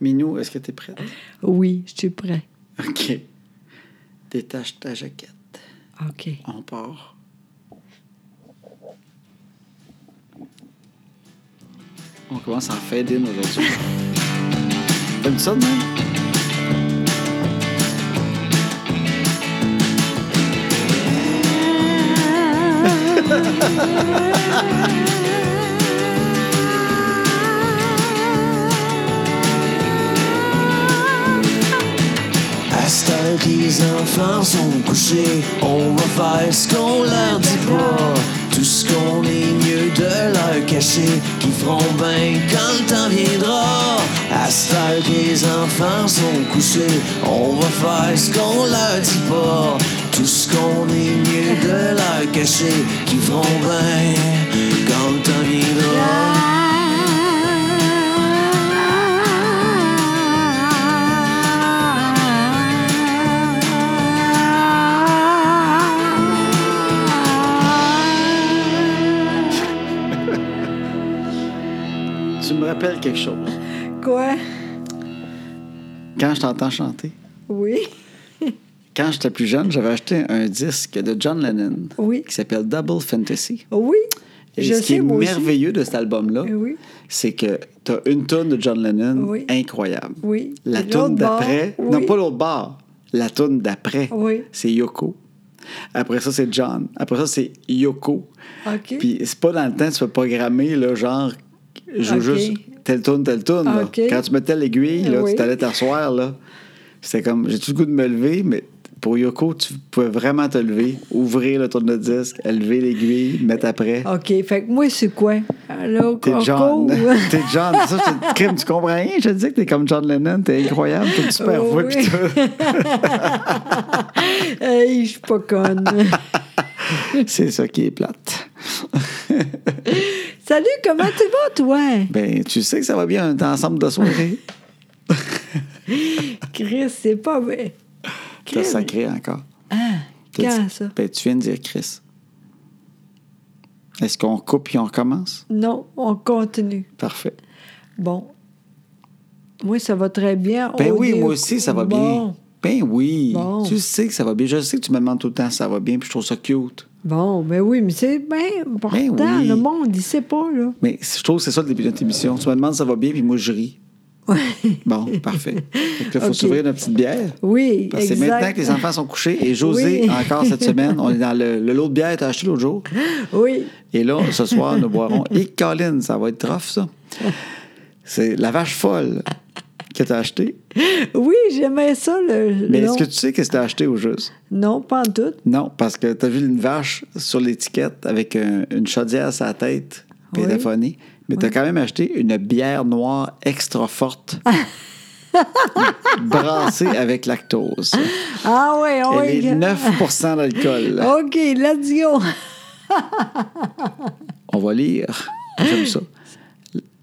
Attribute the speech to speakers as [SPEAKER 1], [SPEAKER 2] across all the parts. [SPEAKER 1] Minou, est-ce que tu es prête?
[SPEAKER 2] Oui, je suis prêt.
[SPEAKER 1] OK. Détache ta jaquette.
[SPEAKER 2] OK.
[SPEAKER 1] On part. On commence en fade-in aujourd'hui. T'aimes ça, non?
[SPEAKER 3] À ce temps que les enfants sont couchés, on va faire ce qu'on leur dit pas. Tout ce qu'on est mieux de leur cacher, qui feront bien quand le temps viendra. À ce temps que les enfants sont couchés, on va faire ce qu'on leur dit pas. Tout ce qu'on est mieux de leur cacher, qui feront bien quand le temps viendra.
[SPEAKER 1] Tu me rappelles quelque chose.
[SPEAKER 2] Quoi?
[SPEAKER 1] Quand je t'entends chanter,
[SPEAKER 2] Oui.
[SPEAKER 1] quand j'étais plus jeune, j'avais acheté un disque de John Lennon
[SPEAKER 2] Oui.
[SPEAKER 1] qui s'appelle Double Fantasy.
[SPEAKER 2] Oui.
[SPEAKER 1] Et
[SPEAKER 2] je
[SPEAKER 1] ce qui
[SPEAKER 2] sais,
[SPEAKER 1] est
[SPEAKER 2] moi aussi.
[SPEAKER 1] merveilleux de cet album-là,
[SPEAKER 2] Eh oui.
[SPEAKER 1] c'est que t'as une tonne de John Lennon
[SPEAKER 2] Oui.
[SPEAKER 1] incroyable.
[SPEAKER 2] Oui.
[SPEAKER 1] La
[SPEAKER 2] Et l'autre
[SPEAKER 1] tonne
[SPEAKER 2] bord,
[SPEAKER 1] d'après.
[SPEAKER 2] oui.
[SPEAKER 1] Non, pas l'autre bar. La tonne d'après.
[SPEAKER 2] Oui.
[SPEAKER 1] C'est Yoko. Après ça, c'est John. Après ça, c'est Yoko.
[SPEAKER 2] OK.
[SPEAKER 1] Puis c'est pas dans le temps, tu peux programmer, là, genre, je veux
[SPEAKER 2] OK.
[SPEAKER 1] juste telle tonne, telle tonne. là.
[SPEAKER 2] OK.
[SPEAKER 1] Quand tu mettais l'aiguille, là,
[SPEAKER 2] Oui.
[SPEAKER 1] tu t'allais t'asseoir, là. C'était comme, j'ai tout le goût de me lever, mais pour Yoko, tu pouvais vraiment te lever, ouvrir le tourne-disque, élever l'aiguille, mettre après.
[SPEAKER 2] OK. Fait que moi, c'est quoi? Alors,
[SPEAKER 1] T'es
[SPEAKER 2] on
[SPEAKER 1] John.
[SPEAKER 2] court, ouais.
[SPEAKER 1] t'es John. Ça, je te- crime, tu comprends rien. Je te dis que t'es comme John Lennon. T'es incroyable. T'es une super
[SPEAKER 2] Oh,
[SPEAKER 1] voix.
[SPEAKER 2] oui.
[SPEAKER 1] pis tout.
[SPEAKER 2] Hey, je suis pas conne.
[SPEAKER 1] C'est ça qui est plate.
[SPEAKER 2] Salut, comment tu vas, toi?
[SPEAKER 1] Ben, tu sais que ça va bien un ensemble de soirée.
[SPEAKER 2] Chris, c'est pas vrai.
[SPEAKER 1] T'as
[SPEAKER 2] Chris,
[SPEAKER 1] sacré encore.
[SPEAKER 2] Ah,
[SPEAKER 1] T'as
[SPEAKER 2] quand
[SPEAKER 1] dit-
[SPEAKER 2] ça?
[SPEAKER 1] Ben, tu viens de dire Chris. Est-ce qu'on coupe et on recommence?
[SPEAKER 2] Non, on continue.
[SPEAKER 1] Parfait.
[SPEAKER 2] Bon. Moi, ça va très bien.
[SPEAKER 1] Ben
[SPEAKER 2] On
[SPEAKER 1] oui,
[SPEAKER 2] est-
[SPEAKER 1] moi aussi, ça va
[SPEAKER 2] Bon.
[SPEAKER 1] bien. Ben oui.
[SPEAKER 2] Bon.
[SPEAKER 1] Tu sais que ça va bien. Je sais que tu me demandes tout le temps si ça va bien, puis je trouve ça cute.
[SPEAKER 2] Bon, ben oui, mais c'est bien important.
[SPEAKER 1] Ben oui.
[SPEAKER 2] Le monde, il sait pas, là.
[SPEAKER 1] Mais je trouve que c'est ça le début de notre émission. Tu me demandes si ça va bien, puis moi, je ris. Bon, parfait. Fait que là, faut
[SPEAKER 2] Ok.
[SPEAKER 1] s'ouvrir notre petite bière.
[SPEAKER 2] Oui,
[SPEAKER 1] Parce que c'est
[SPEAKER 2] exact.
[SPEAKER 1] maintenant que les enfants sont couchés. Et José,
[SPEAKER 2] Oui.
[SPEAKER 1] encore cette semaine, on est dans le, le lot de bière que t'as acheté l'autre jour.
[SPEAKER 2] Oui,
[SPEAKER 1] Et là, ce soir, nous boirons. Et Colin, ça va être rough, ça. C'est la vache folle que t'as acheté.
[SPEAKER 2] oui, j'aimais ça, le
[SPEAKER 1] Mais
[SPEAKER 2] non.
[SPEAKER 1] est-ce que tu sais qu'est-ce que t'as acheté au juste?
[SPEAKER 2] Non, pas en tout.
[SPEAKER 1] Non, parce que t'as vu une vache sur l'étiquette avec un- une chaudière à sa tête, puis
[SPEAKER 2] Oui.
[SPEAKER 1] elle était funny. Mais t'as quand même acheté une bière noire extra forte. brassée avec lactose.
[SPEAKER 2] Ah oui,
[SPEAKER 1] Elle
[SPEAKER 2] oui.
[SPEAKER 1] est 9 d'alcool.
[SPEAKER 2] OK, let's go.
[SPEAKER 1] On va lire. J'aime ça.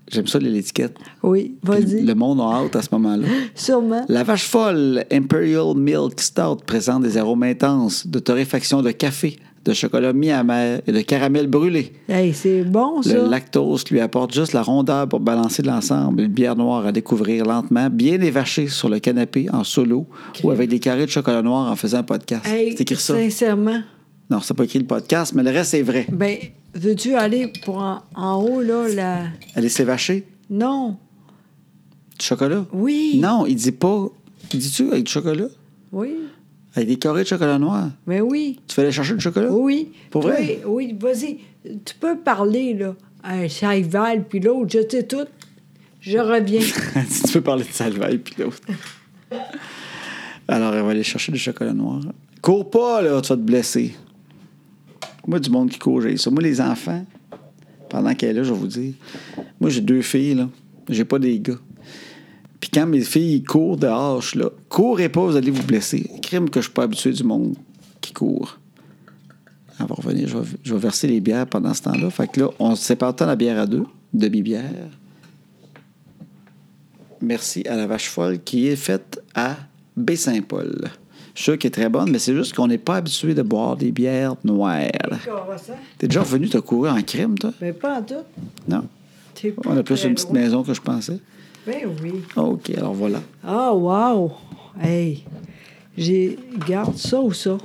[SPEAKER 1] J'aime ça l'étiquette.
[SPEAKER 2] Oui, vas-y.
[SPEAKER 1] Le monde a hâte à ce moment-là.
[SPEAKER 2] Sûrement.
[SPEAKER 1] La vache folle Imperial Milk Stout présente des arômes intenses de torréfaction de café, de chocolat mi-amer et de caramel brûlé.
[SPEAKER 2] Hey, c'est bon, ça.
[SPEAKER 1] Le lactose lui apporte juste la rondeur pour balancer l'ensemble. Une bière noire à découvrir lentement, bien évachée sur le canapé en solo ou avec des carrés de chocolat noir en faisant un podcast.
[SPEAKER 2] Hey,
[SPEAKER 1] c'est écrit ça.
[SPEAKER 2] Sincèrement.
[SPEAKER 1] Non, c'est pas écrit le podcast, mais le reste est vrai.
[SPEAKER 2] Ben, veux-tu aller pour en, en haut, là, la...
[SPEAKER 1] Elle est s'évacher.
[SPEAKER 2] Non.
[SPEAKER 1] Du chocolat?
[SPEAKER 2] Oui.
[SPEAKER 1] Non, il dit pas. Dis-tu avec du chocolat?
[SPEAKER 2] Oui.
[SPEAKER 1] Avec des carrés de chocolat noir.
[SPEAKER 2] Ben oui.
[SPEAKER 1] Tu fais aller chercher du chocolat?
[SPEAKER 2] Oui.
[SPEAKER 1] Pour
[SPEAKER 2] Toi,
[SPEAKER 1] vrai?
[SPEAKER 2] Oui, vas-y. Tu peux parler, là. Un Chaival, puis l'autre, je sais tout. Je reviens.
[SPEAKER 1] si tu veux parler de Salvaille puis l'autre. Alors, elle va aller chercher du chocolat noir. Cours pas, là, tu vas te blesser. Moi, du monde qui court, j'ai ça. Moi, les enfants, pendant qu'elle est là, je vais vous dire. Moi, j'ai deux filles, là. J'ai pas des gars. Puis quand mes filles courent de hache, là, courez pas, vous allez vous blesser. Crime que je suis pas habitué du monde qui court. Elle va revenir, je vais, je vais verser les bières pendant ce temps-là. Fait que là, on se sépare tant la bière à deux, demi-bière. Merci à la vache folle qui est faite à Baie-Saint-Paul. Je suis sûr qu'elle est très bonne, mais c'est juste qu'on n'est pas habitué de boire des bières noires.
[SPEAKER 2] Qu'on ressent.
[SPEAKER 1] T'es déjà revenu te courir en crime, toi?
[SPEAKER 2] Mais pas en Ben, tout.
[SPEAKER 1] Non.
[SPEAKER 2] C'est pas
[SPEAKER 1] On a plus
[SPEAKER 2] très
[SPEAKER 1] une petite
[SPEAKER 2] loin.
[SPEAKER 1] maison que je pensais.
[SPEAKER 2] Ben oui.
[SPEAKER 1] OK, alors voilà.
[SPEAKER 2] Ah, wow! Hey! J'ai. Garde ça ou ça?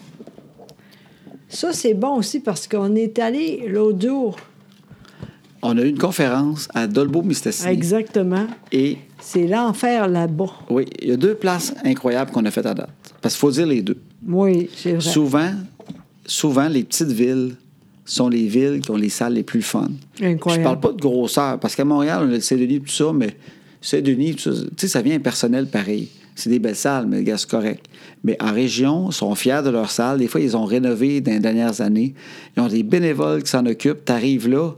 [SPEAKER 2] Ça, c'est bon aussi parce qu'on est allé l'autre jour.
[SPEAKER 1] On a eu une conférence à Dolbeau-Mistassini.
[SPEAKER 2] Exactement.
[SPEAKER 1] Et
[SPEAKER 2] C'est l'enfer là-bas.
[SPEAKER 1] oui, il y a deux places incroyables qu'on a faites à date. Parce qu'il faut dire les deux.
[SPEAKER 2] Oui, c'est vrai.
[SPEAKER 1] Souvent, souvent, les petites villes sont les villes qui ont les salles les plus fun.
[SPEAKER 2] Incroyable.
[SPEAKER 1] Je parle pas de grosseur, parce qu'à Montréal, on a le Saint-Denis, tout ça, mais Saint-Denis, tout ça, tu sais, ça vient impersonnel pareil. C'est des belles salles, mais gars, c'est correct. Mais en région, ils sont fiers de leurs salles. Des fois, ils ont rénové dans les dernières années. Ils ont des bénévoles qui s'en occupent. Tu arrives là,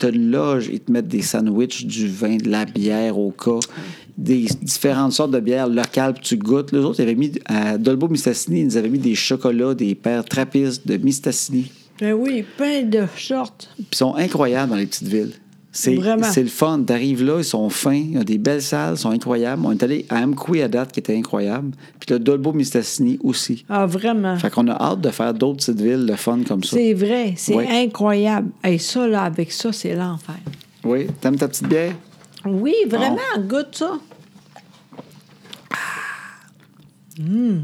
[SPEAKER 1] tu une loge, ils te mettent des sandwichs, du vin, de la bière au cas, des différentes sortes de bières locales, puis tu goûtes. Les autres, ils avaient mis, à Dolbeau-Mistassini, ils nous avaient mis des chocolats, des paires trappistes de Mistassini.
[SPEAKER 2] Ben oui, plein de shorts.
[SPEAKER 1] Puis ils sont incroyables dans les petites villes. C'est,
[SPEAKER 2] Vraiment.
[SPEAKER 1] c'est le fun. T'arrives là, ils sont fins, ils ont des belles salles, ils sont incroyables. On est allé à Amkoui à date, qui était incroyable. Puis le Dolbo Mistassini aussi.
[SPEAKER 2] Ah, vraiment.
[SPEAKER 1] Fait qu'on a hâte de faire d'autres petites villes de fun comme ça.
[SPEAKER 2] C'est vrai, c'est
[SPEAKER 1] Oui.
[SPEAKER 2] incroyable. Et ça, là, avec ça, c'est l'enfer.
[SPEAKER 1] Oui, t'aimes ta petite bière?
[SPEAKER 2] Oui,
[SPEAKER 1] Ah.
[SPEAKER 2] vraiment, goûte ça.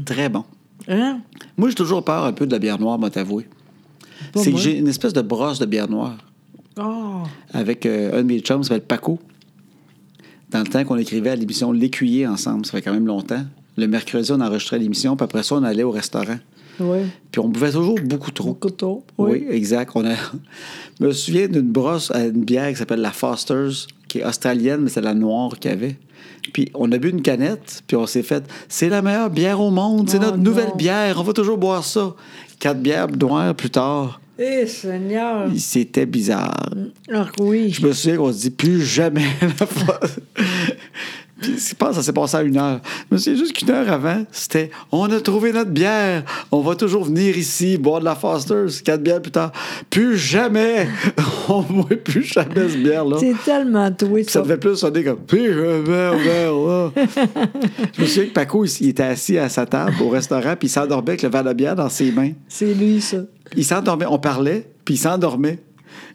[SPEAKER 1] Très bon.
[SPEAKER 2] Hein?
[SPEAKER 1] Moi, j'ai toujours peur un peu de la bière noire, moi, t'avouer.
[SPEAKER 2] Pas
[SPEAKER 1] c'est
[SPEAKER 2] moi.
[SPEAKER 1] que j'ai une espèce de brosse de bière noire
[SPEAKER 2] Oh,
[SPEAKER 1] avec euh, un de mes chums, qui s'appelle Paco. Dans le temps qu'on écrivait à l'émission L'Écuyer ensemble, ça fait quand même longtemps. Le mercredi, on enregistrait l'émission, puis après ça, on allait au restaurant.
[SPEAKER 2] oui.
[SPEAKER 1] Puis on buvait toujours beaucoup
[SPEAKER 2] Au
[SPEAKER 1] trop.
[SPEAKER 2] couteau.
[SPEAKER 1] Oui,
[SPEAKER 2] Oui.
[SPEAKER 1] exact. On a... Je me souviens d'une brosse à une bière qui s'appelle la Foster's, qui est australienne, mais c'est la noire qu'il y avait. Puis on a bu une canette, puis on s'est fait c'est la meilleure bière au monde, c'est
[SPEAKER 2] Oh
[SPEAKER 1] notre
[SPEAKER 2] non.
[SPEAKER 1] nouvelle bière, on va toujours boire ça. Quatre bières noires plus tard,
[SPEAKER 2] Eh, Seigneur.
[SPEAKER 1] c'était bizarre.
[SPEAKER 2] Ah, oui.
[SPEAKER 1] Je me souviens qu'on se dit plus jamais la fois. Puis, je pense que ça s'est passé à une heure. Je me souviens juste qu'une heure avant, c'était on a trouvé notre bière. On va toujours venir ici boire de la Foster's. Quatre bières plus tard. Plus jamais. on boit plus jamais cette bière-là.
[SPEAKER 2] C'est tellement
[SPEAKER 1] Puis
[SPEAKER 2] doué,
[SPEAKER 1] ça
[SPEAKER 2] ça.
[SPEAKER 1] devait plus sonner comme Plus jamais, bière, là. Je me souviens que Paco, il il était assis à sa table au restaurant, puis il s'endormait avec le verre de bière dans ses mains.
[SPEAKER 2] C'est lui, ça.
[SPEAKER 1] Il s'endormait. On parlait, puis il s'endormait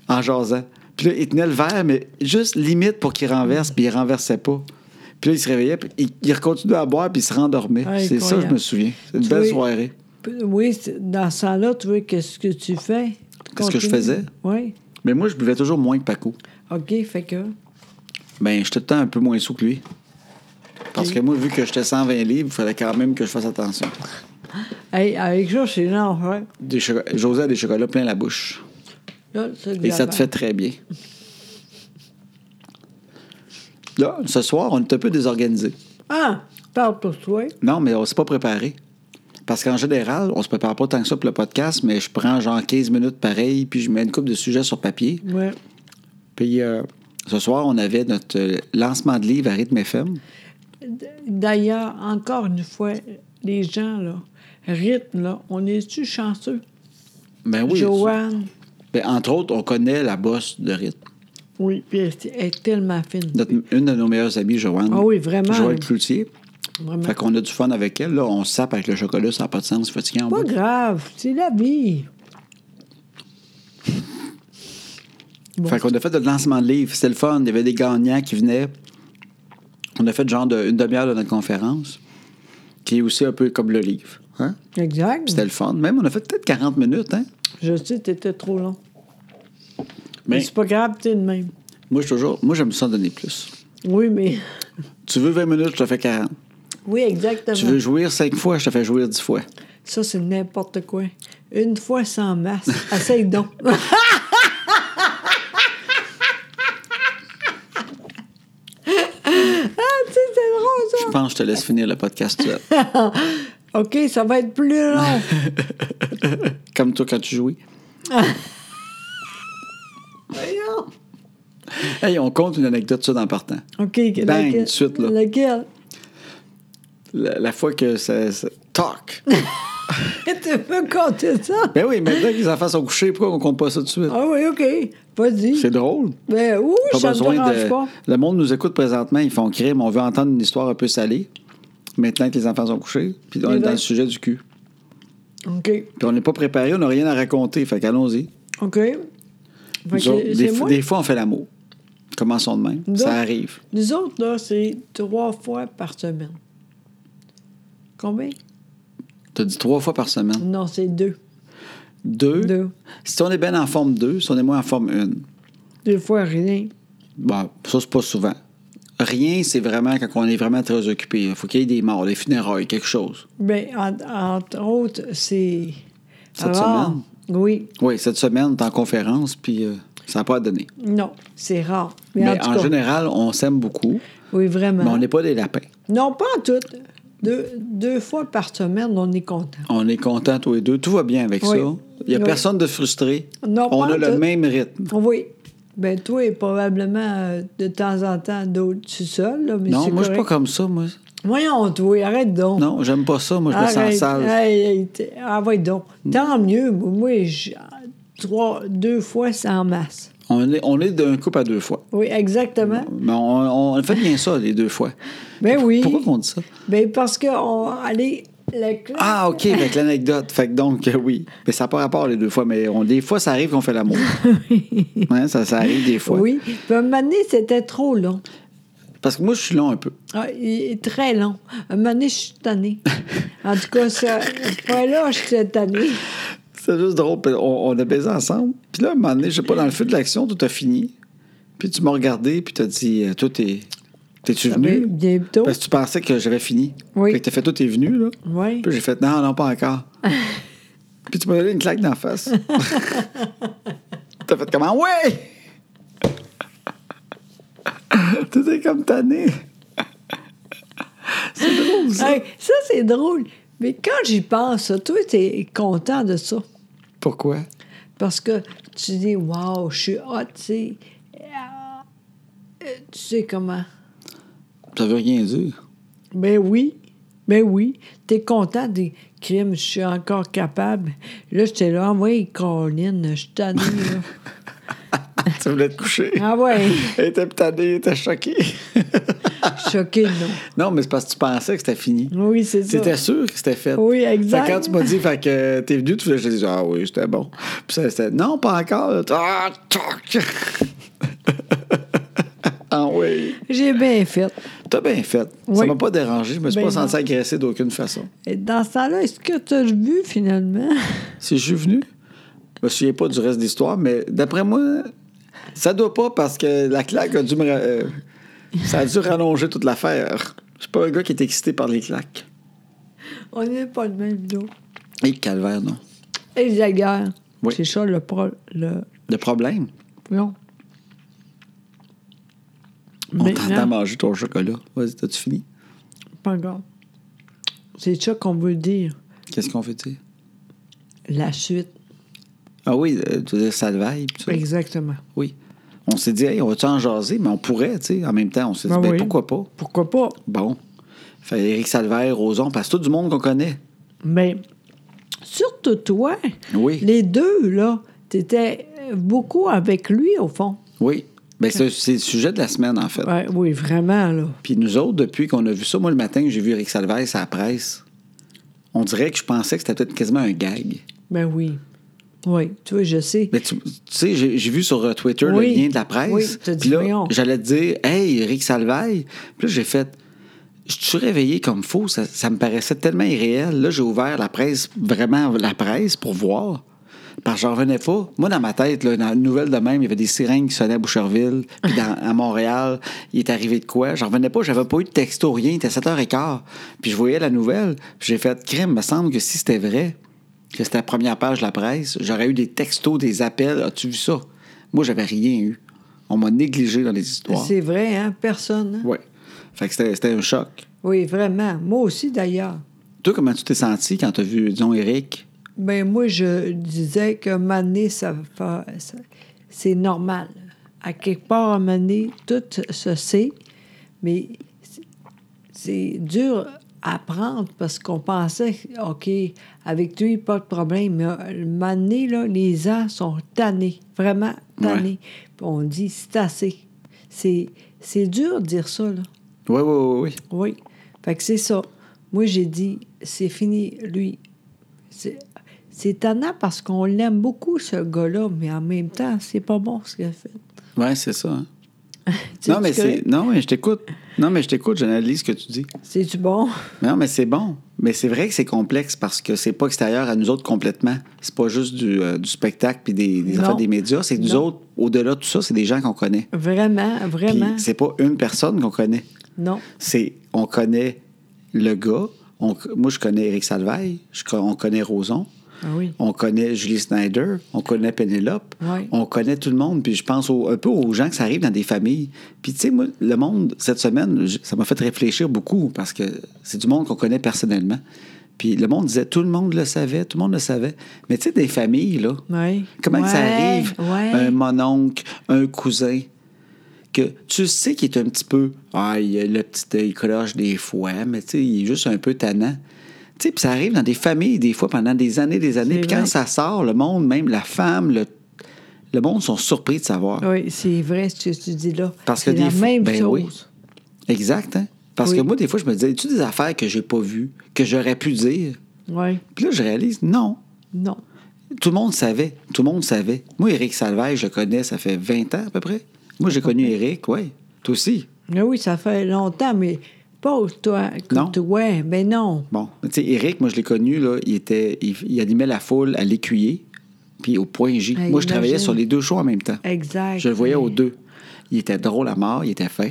[SPEAKER 1] en jasant. Puis là, il tenait le verre, mais juste limite pour qu'il renverse, puis il renversait pas. Puis là, il se réveillait, puis il, il continuait à boire, puis il se rendormait.
[SPEAKER 2] Ah,
[SPEAKER 1] c'est ça,
[SPEAKER 2] incroyable.
[SPEAKER 1] je me souviens. C'est une
[SPEAKER 2] Tu
[SPEAKER 1] belle
[SPEAKER 2] vois,
[SPEAKER 1] soirée.
[SPEAKER 2] Oui, c'est- dans ce temps-là, tu vois, qu'est-ce que tu fais?
[SPEAKER 1] Qu'est-ce que je faisais?
[SPEAKER 2] Oui.
[SPEAKER 1] Mais moi, je buvais toujours moins que Paco.
[SPEAKER 2] OK, fait que.
[SPEAKER 1] Ben, j'étais tout le temps un peu moins sous que lui. Parce que moi, vu que j'étais 120 livres, il fallait quand même que je fasse attention.
[SPEAKER 2] Hey, avec ça, c'est l'enfer.
[SPEAKER 1] Des choco- José a des chocolats plein la bouche.
[SPEAKER 2] Là, c'est de
[SPEAKER 1] Et
[SPEAKER 2] la
[SPEAKER 1] ça te fait
[SPEAKER 2] merde.
[SPEAKER 1] très bien. Là, ce soir, on est un peu désorganisé.
[SPEAKER 2] Ah, parle pour toi.
[SPEAKER 1] Non, mais on s'est pas préparé. Parce qu'en général, on se prépare pas tant que ça pour le podcast, mais je prends genre 15 minutes pareil, puis je mets une coupe de sujets sur papier.
[SPEAKER 2] Ouais.
[SPEAKER 1] Puis euh, ce soir, on avait notre euh, lancement de livre à Rythme FM.
[SPEAKER 2] D'ailleurs, encore une fois, les gens, là, rythme, là, on est-tu chanceux?
[SPEAKER 1] Ben oui.
[SPEAKER 2] Joanne,
[SPEAKER 1] Ben, entre autres, on connaît la bosse de Rythme.
[SPEAKER 2] oui, puis elle est tellement fine.
[SPEAKER 1] Notre- une de nos meilleures amies, Joanne.
[SPEAKER 2] Ah oui, vraiment.
[SPEAKER 1] Joël Cloutier.
[SPEAKER 2] Vraiment.
[SPEAKER 1] Fait qu'on a du fun avec elle. Là, on sape avec le chocolat, ça n'a pas de sens, c'est fatigant.
[SPEAKER 2] Pas
[SPEAKER 1] on va-
[SPEAKER 2] grave, c'est la vie. bon.
[SPEAKER 1] Fait qu'on a fait notre lancement de livre. C'était le fun. Il y avait des gagnants qui venaient. On a fait genre de- une demi-heure de notre conférence, qui est aussi un peu comme le livre. hein.
[SPEAKER 2] Exact.
[SPEAKER 1] C'était le fun. Même, on a fait peut-être 40 minutes. Hein?
[SPEAKER 2] Je sais, t'étais trop long. Mais
[SPEAKER 1] Mais
[SPEAKER 2] c'est pas grave, t'es le même.
[SPEAKER 1] moi, je suis toujours, moi, j'aime ça donner plus.
[SPEAKER 2] Oui, mais.
[SPEAKER 1] Tu veux 20 minutes, je te fais 40.
[SPEAKER 2] Oui, exactement.
[SPEAKER 1] Tu veux jouir 5 fois, je te fais jouir 10 fois.
[SPEAKER 2] Ça, c'est n'importe quoi. Une fois sans masse. Essaye donc. ah, tu sais, c'est
[SPEAKER 1] Je pense que je te laisse finir le podcast tout seul.
[SPEAKER 2] drôle, ça. OK, ça va être plus long.
[SPEAKER 1] Comme toi quand tu jouis. Hey, on compte une anecdote ça dans le partant.
[SPEAKER 2] OK,
[SPEAKER 1] Bang,
[SPEAKER 2] laquelle-
[SPEAKER 1] de suite, là.
[SPEAKER 2] Laquelle?
[SPEAKER 1] La, la fois que ça, ça- Talk!
[SPEAKER 2] tu peux compter ça?
[SPEAKER 1] ben oui, maintenant que les enfants sont couchés, pourquoi on compte pas ça tout de suite?
[SPEAKER 2] Ah oui, OK. Vas-y.
[SPEAKER 1] C'est drôle.
[SPEAKER 2] Ben, ouh,
[SPEAKER 1] Pas
[SPEAKER 2] ça me
[SPEAKER 1] besoin
[SPEAKER 2] dérange
[SPEAKER 1] de.
[SPEAKER 2] pas.
[SPEAKER 1] Le monde nous écoute présentement, ils font crime, on veut entendre une histoire un peu salée. Maintenant que les enfants sont couchés, puis on
[SPEAKER 2] Et
[SPEAKER 1] est dans
[SPEAKER 2] là-
[SPEAKER 1] le sujet du cul.
[SPEAKER 2] OK,
[SPEAKER 1] Puis on n'est pas préparé, on n'a rien à raconter, fait qu'allons-y.
[SPEAKER 2] OK. Fait que
[SPEAKER 1] Nous autres, des,
[SPEAKER 2] c'est- c'est
[SPEAKER 1] fo-
[SPEAKER 2] moi?
[SPEAKER 1] des fois, on fait l'amour. Commençons de même.
[SPEAKER 2] Nous
[SPEAKER 1] Ça
[SPEAKER 2] autres-
[SPEAKER 1] arrive.
[SPEAKER 2] Nous autres, là, c'est trois fois par semaine. Combien?
[SPEAKER 1] T'as dit trois fois par semaine.
[SPEAKER 2] Non, c'est deux.
[SPEAKER 1] Deux.
[SPEAKER 2] Deux.
[SPEAKER 1] Si on est bien en forme deux, si on est moins en forme une.
[SPEAKER 2] Deux fois rien.
[SPEAKER 1] Bon, ça, c'est pas souvent. Rien, c'est vraiment quand on est vraiment très occupé. Il faut qu'il y ait des morts, des funérailles, quelque chose.
[SPEAKER 2] Ben, en- entre autres, c'est.
[SPEAKER 1] Cette semaine?
[SPEAKER 2] Oui.
[SPEAKER 1] Oui, cette semaine, t'es en conférence, puis euh, ça n'a pas à donner.
[SPEAKER 2] Non, c'est rare. Mais,
[SPEAKER 1] Mais
[SPEAKER 2] en tout
[SPEAKER 1] en
[SPEAKER 2] cas,
[SPEAKER 1] général, on s'aime beaucoup,
[SPEAKER 2] oui, vraiment.
[SPEAKER 1] mais on n'est pas des lapins.
[SPEAKER 2] Non, pas en tout. Deux, deux fois par semaine, on est content.
[SPEAKER 1] On est contents tous les deux. Tout va bien avec
[SPEAKER 2] Oui.
[SPEAKER 1] ça. Il n'y a
[SPEAKER 2] Oui.
[SPEAKER 1] personne de frustré.
[SPEAKER 2] Non,
[SPEAKER 1] on
[SPEAKER 2] pas
[SPEAKER 1] a
[SPEAKER 2] en
[SPEAKER 1] le
[SPEAKER 2] tout.
[SPEAKER 1] même rythme.
[SPEAKER 2] Oui. Ben, toi, et probablement, euh, de temps en temps, d'autres, tu seul, là, mais
[SPEAKER 1] non,
[SPEAKER 2] c'est
[SPEAKER 1] moi, je suis pas
[SPEAKER 2] correct.
[SPEAKER 1] comme ça, moi.
[SPEAKER 2] Voyons, toi, arrête donc.
[SPEAKER 1] Non, j'aime pas ça. Moi, je me sens
[SPEAKER 2] Arrête.
[SPEAKER 1] sale. Mm.
[SPEAKER 2] Hey, hey, t- arrête Ah, donc. Tant mieux. Moi, je- trois, deux fois, c'est en masse.
[SPEAKER 1] On est, on est d'un couple à deux fois.
[SPEAKER 2] Oui, exactement.
[SPEAKER 1] Mais on, on fait bien ça, les deux fois.
[SPEAKER 2] Ben oui.
[SPEAKER 1] Pourquoi qu'on dit ça?
[SPEAKER 2] Ben, parce qu'on allait. La classe-
[SPEAKER 1] Ah, OK, avec l'anecdote. Fait que donc, euh, oui. Mais ça n'a pas rapport les deux fois, mais on, des fois, ça arrive qu'on fait l'amour. Hein, ça, ça arrive des fois.
[SPEAKER 2] Oui. Puis à un moment donné, c'était trop long.
[SPEAKER 1] Parce que moi, je suis long un peu.
[SPEAKER 2] Ah, il est très long. À un moment donné, je suis tannée. En tout cas, ça, après là, je suis tannée.
[SPEAKER 1] C'est juste drôle. Puis On, on a baisé ensemble. Puis là, à un moment donné, je sais pas, dans le feu de l'action, tout a fini. Puis tu m'as regardé, puis tu as dit, euh, toi, t'es- t'es-tu
[SPEAKER 2] Ah, Mais
[SPEAKER 1] venu?
[SPEAKER 2] Ben, bientôt.
[SPEAKER 1] Parce que tu pensais que j'avais fini.
[SPEAKER 2] Oui.
[SPEAKER 1] Fait que t'as fait, toi, t'es venu, là.
[SPEAKER 2] Oui.
[SPEAKER 1] Puis j'ai fait, non, non, pas encore. puis tu m'as donné une claque dans la face. t'as fait comment? Ouais! T'étais comme tanné.
[SPEAKER 2] Hey, ça, c'est drôle. Mais quand j'y pense, ça, toi, t'es content de ça.
[SPEAKER 1] Pourquoi?
[SPEAKER 2] Parce que tu dis, waouh, je suis hot, tu sais. Ah, euh, Tu sais comment.
[SPEAKER 1] Ça veut rien dire.
[SPEAKER 2] Ben oui, ben oui. T'es content des crimes, je suis encore capable. Là, j'étais là, oui, Colin, je suis tannée, là.
[SPEAKER 1] tu voulais te coucher.
[SPEAKER 2] Ah ouais,
[SPEAKER 1] Elle était tannée, elle était choquée.
[SPEAKER 2] choqué, non.
[SPEAKER 1] non, mais c'est parce que tu pensais que c'était fini.
[SPEAKER 2] Oui, c'est ça.
[SPEAKER 1] C'était sûr que c'était fait.
[SPEAKER 2] Oui, exact.
[SPEAKER 1] Fait que quand tu m'as dit, fait que euh, t'es venu, tu voulais, je dis, ah oui, c'était bon. Puis ça, c'était, non, pas encore. Ah, toc! ah oui.
[SPEAKER 2] J'ai bien fait.
[SPEAKER 1] T'as bien fait. Ça
[SPEAKER 2] Oui.
[SPEAKER 1] m'a pas dérangé. Je me suis
[SPEAKER 2] Ben
[SPEAKER 1] pas senti
[SPEAKER 2] non.
[SPEAKER 1] agressé d'aucune façon.
[SPEAKER 2] Et dans ce temps-là, est-ce que tu as vu finalement?
[SPEAKER 1] Si je suis venu, je me souviens pas du reste de l'histoire, mais d'après moi, ça doit pas parce que la claque a dû me. ra- euh, ça a dû rallonger toute l'affaire. Je suis pas un gars qui est excité par les claques.
[SPEAKER 2] On n'est pas le même dos.
[SPEAKER 1] Et calvaire, non.
[SPEAKER 2] Et la guerre.
[SPEAKER 1] Oui.
[SPEAKER 2] C'est ça le pro. Le...
[SPEAKER 1] Le problème,
[SPEAKER 2] Non.
[SPEAKER 1] on t'entend
[SPEAKER 2] Maintenant-
[SPEAKER 1] manger ton chocolat. Vas-y, t'as-tu fini?
[SPEAKER 2] Pas encore. C'est ça qu'on veut dire.
[SPEAKER 1] Qu'est-ce qu'on veut dire?
[SPEAKER 2] La suite.
[SPEAKER 1] Ah oui, euh, tu veux dire Salvaille, pis tout ça.
[SPEAKER 2] Exactement.
[SPEAKER 1] Oui. On s'est dit, hey, on va-tu en jaser? Mais on pourrait, tu sais. En même temps, on s'est dit,
[SPEAKER 2] Ben
[SPEAKER 1] ben,
[SPEAKER 2] oui.
[SPEAKER 1] pourquoi pas?
[SPEAKER 2] Pourquoi pas?
[SPEAKER 1] Bon. Fait Éric Salvaire, Roson, parce que tout du monde qu'on connaît.
[SPEAKER 2] Mais surtout toi,
[SPEAKER 1] Oui.
[SPEAKER 2] les deux, là, t'étais beaucoup avec lui, au fond.
[SPEAKER 1] Oui. Ben, c'est c'est le sujet de la semaine, en fait.
[SPEAKER 2] Ouais, oui, vraiment, là.
[SPEAKER 1] Puis nous autres, depuis qu'on a vu ça, moi, le matin, j'ai vu Éric Salvaire à la presse. On dirait que je pensais que c'était peut-être quasiment un gag.
[SPEAKER 2] Ben oui. Oui, tu vois, je sais.
[SPEAKER 1] Mais tu, tu sais, j'ai j'ai vu sur euh, Twitter
[SPEAKER 2] Oui.
[SPEAKER 1] le lien de la presse.
[SPEAKER 2] Oui, t'as dit,
[SPEAKER 1] Puis là,
[SPEAKER 2] voyons.
[SPEAKER 1] j'allais te dire, hey, Éric Salvaille. Puis là, j'ai fait, je suis réveillé comme faux. Ça, ça me paraissait tellement irréel. Là, j'ai ouvert la presse, vraiment la presse, pour voir. Parce que j'en revenais pas. Moi, dans ma tête, là, dans une nouvelle de même, il y avait des sirènes qui sonnaient à Boucherville, puis dans- à Montréal, il est arrivé de quoi? J'en revenais pas, j'avais pas eu de texto, rien, il était 7h15. Puis je voyais la nouvelle, puis j'ai fait crime, me semble que si c'était vrai, que c'était la première page de la presse, j'aurais eu des textos, des appels. As-tu vu ça? Moi, j'avais rien eu. On m'a négligé dans les histoires.
[SPEAKER 2] C'est vrai, hein? Personne. hein?
[SPEAKER 1] Ouais. Fait que c'était c'était un choc.
[SPEAKER 2] Oui, vraiment. Moi aussi, d'ailleurs.
[SPEAKER 1] Toi, comment tu t'es senti quand t'as vu, disons, Eric?
[SPEAKER 2] Ben moi, je disais que Mané, ça, va- ça- c'est normal. À quelque part, à Mané, tout se sait, mais c'est- c'est dur à prendre parce qu'on pensait, OK, avec lui, pas de problème, mais euh, Mané, là, les ans sont tannés, vraiment tannés. Puis on dit, c'est assez. C'est c'est dur de dire ça, là.
[SPEAKER 1] Oui, oui, oui, oui.
[SPEAKER 2] Oui. Fait que c'est ça. Moi, j'ai dit, c'est fini, lui. C'est c'est étonnant parce qu'on l'aime beaucoup, ce gars-là, mais en même temps, c'est pas bon ce qu'il a fait.
[SPEAKER 1] Ouais, c'est ça. hein.
[SPEAKER 2] Tu-
[SPEAKER 1] Non,
[SPEAKER 2] tu
[SPEAKER 1] mais
[SPEAKER 2] connais?
[SPEAKER 1] c'est. Non, mais je t'écoute. Non, mais je t'écoute, j'analyse ce que tu dis.
[SPEAKER 2] C'est du bon.
[SPEAKER 1] Non, mais c'est bon. Mais c'est vrai que c'est complexe parce que c'est pas extérieur à nous autres complètement. C'est pas juste du, euh, du spectacle puis des, des
[SPEAKER 2] Non.
[SPEAKER 1] affaires des médias. C'est que nous
[SPEAKER 2] Non.
[SPEAKER 1] autres, au-delà de tout ça, c'est des gens qu'on connaît.
[SPEAKER 2] Vraiment,
[SPEAKER 1] Puis
[SPEAKER 2] vraiment.
[SPEAKER 1] c'est pas une personne qu'on connaît.
[SPEAKER 2] Non.
[SPEAKER 1] C'est on connaît le gars. On- moi, je connais Éric Salvaille. Je co- on connaît Roson.
[SPEAKER 2] Ah oui.
[SPEAKER 1] On connaît Julie Snyder, on connaît Penelope,
[SPEAKER 2] Ouais.
[SPEAKER 1] on connaît tout le monde. Puis je pense au- un peu aux gens que ça arrive dans des familles. Puis tu sais, moi, le monde, cette semaine, j- ça m'a fait réfléchir beaucoup parce que c'est du monde qu'on connaît personnellement. Puis le monde disait, tout le monde le savait, tout le monde le savait. Mais tu sais, des familles, là,
[SPEAKER 2] Ouais.
[SPEAKER 1] comment que ça
[SPEAKER 2] Ouais,
[SPEAKER 1] arrive? Euh,
[SPEAKER 2] ouais.
[SPEAKER 1] Un mononcle, un cousin, que tu sais qu'il est un petit peu, ah, il a le petit œil croche des fois, mais tu sais, il est juste un peu tannant. Tu sais, puis ça arrive dans des familles des fois pendant des années, des années.
[SPEAKER 2] C'est
[SPEAKER 1] Puis quand
[SPEAKER 2] vrai.
[SPEAKER 1] ça sort, le monde, même la femme, le, le monde sont surpris de savoir.
[SPEAKER 2] Oui, c'est vrai ce que tu dis là.
[SPEAKER 1] Parce que
[SPEAKER 2] C'est la
[SPEAKER 1] des fois-
[SPEAKER 2] même
[SPEAKER 1] ben oui.
[SPEAKER 2] chose.
[SPEAKER 1] Exact, hein? Parce
[SPEAKER 2] Oui.
[SPEAKER 1] que moi, des fois, je me disais, tu des affaires que j'ai pas vues, que j'aurais pu dire?
[SPEAKER 2] Oui.
[SPEAKER 1] Puis là, je réalise, non.
[SPEAKER 2] Non.
[SPEAKER 1] Tout le monde savait. Tout le monde savait. Moi, Éric Salvaille, je le connais, ça fait 20 ans à peu près. Moi, j'ai connu Éric, oui. Toi aussi.
[SPEAKER 2] Mais Ah oui, ça fait longtemps, mais pas toi. que
[SPEAKER 1] Non.
[SPEAKER 2] Toi. Mais non.
[SPEAKER 1] Bon, tu sais, Éric, moi, je l'ai connu, là, il, était, il, il animait la foule à l'écuyer, puis au point J.
[SPEAKER 2] Hey,
[SPEAKER 1] moi, je travaillais
[SPEAKER 2] imagine.
[SPEAKER 1] sur les deux shows en même temps.
[SPEAKER 2] Exact.
[SPEAKER 1] Je le voyais aux deux. Il était drôle à mort, il était fin.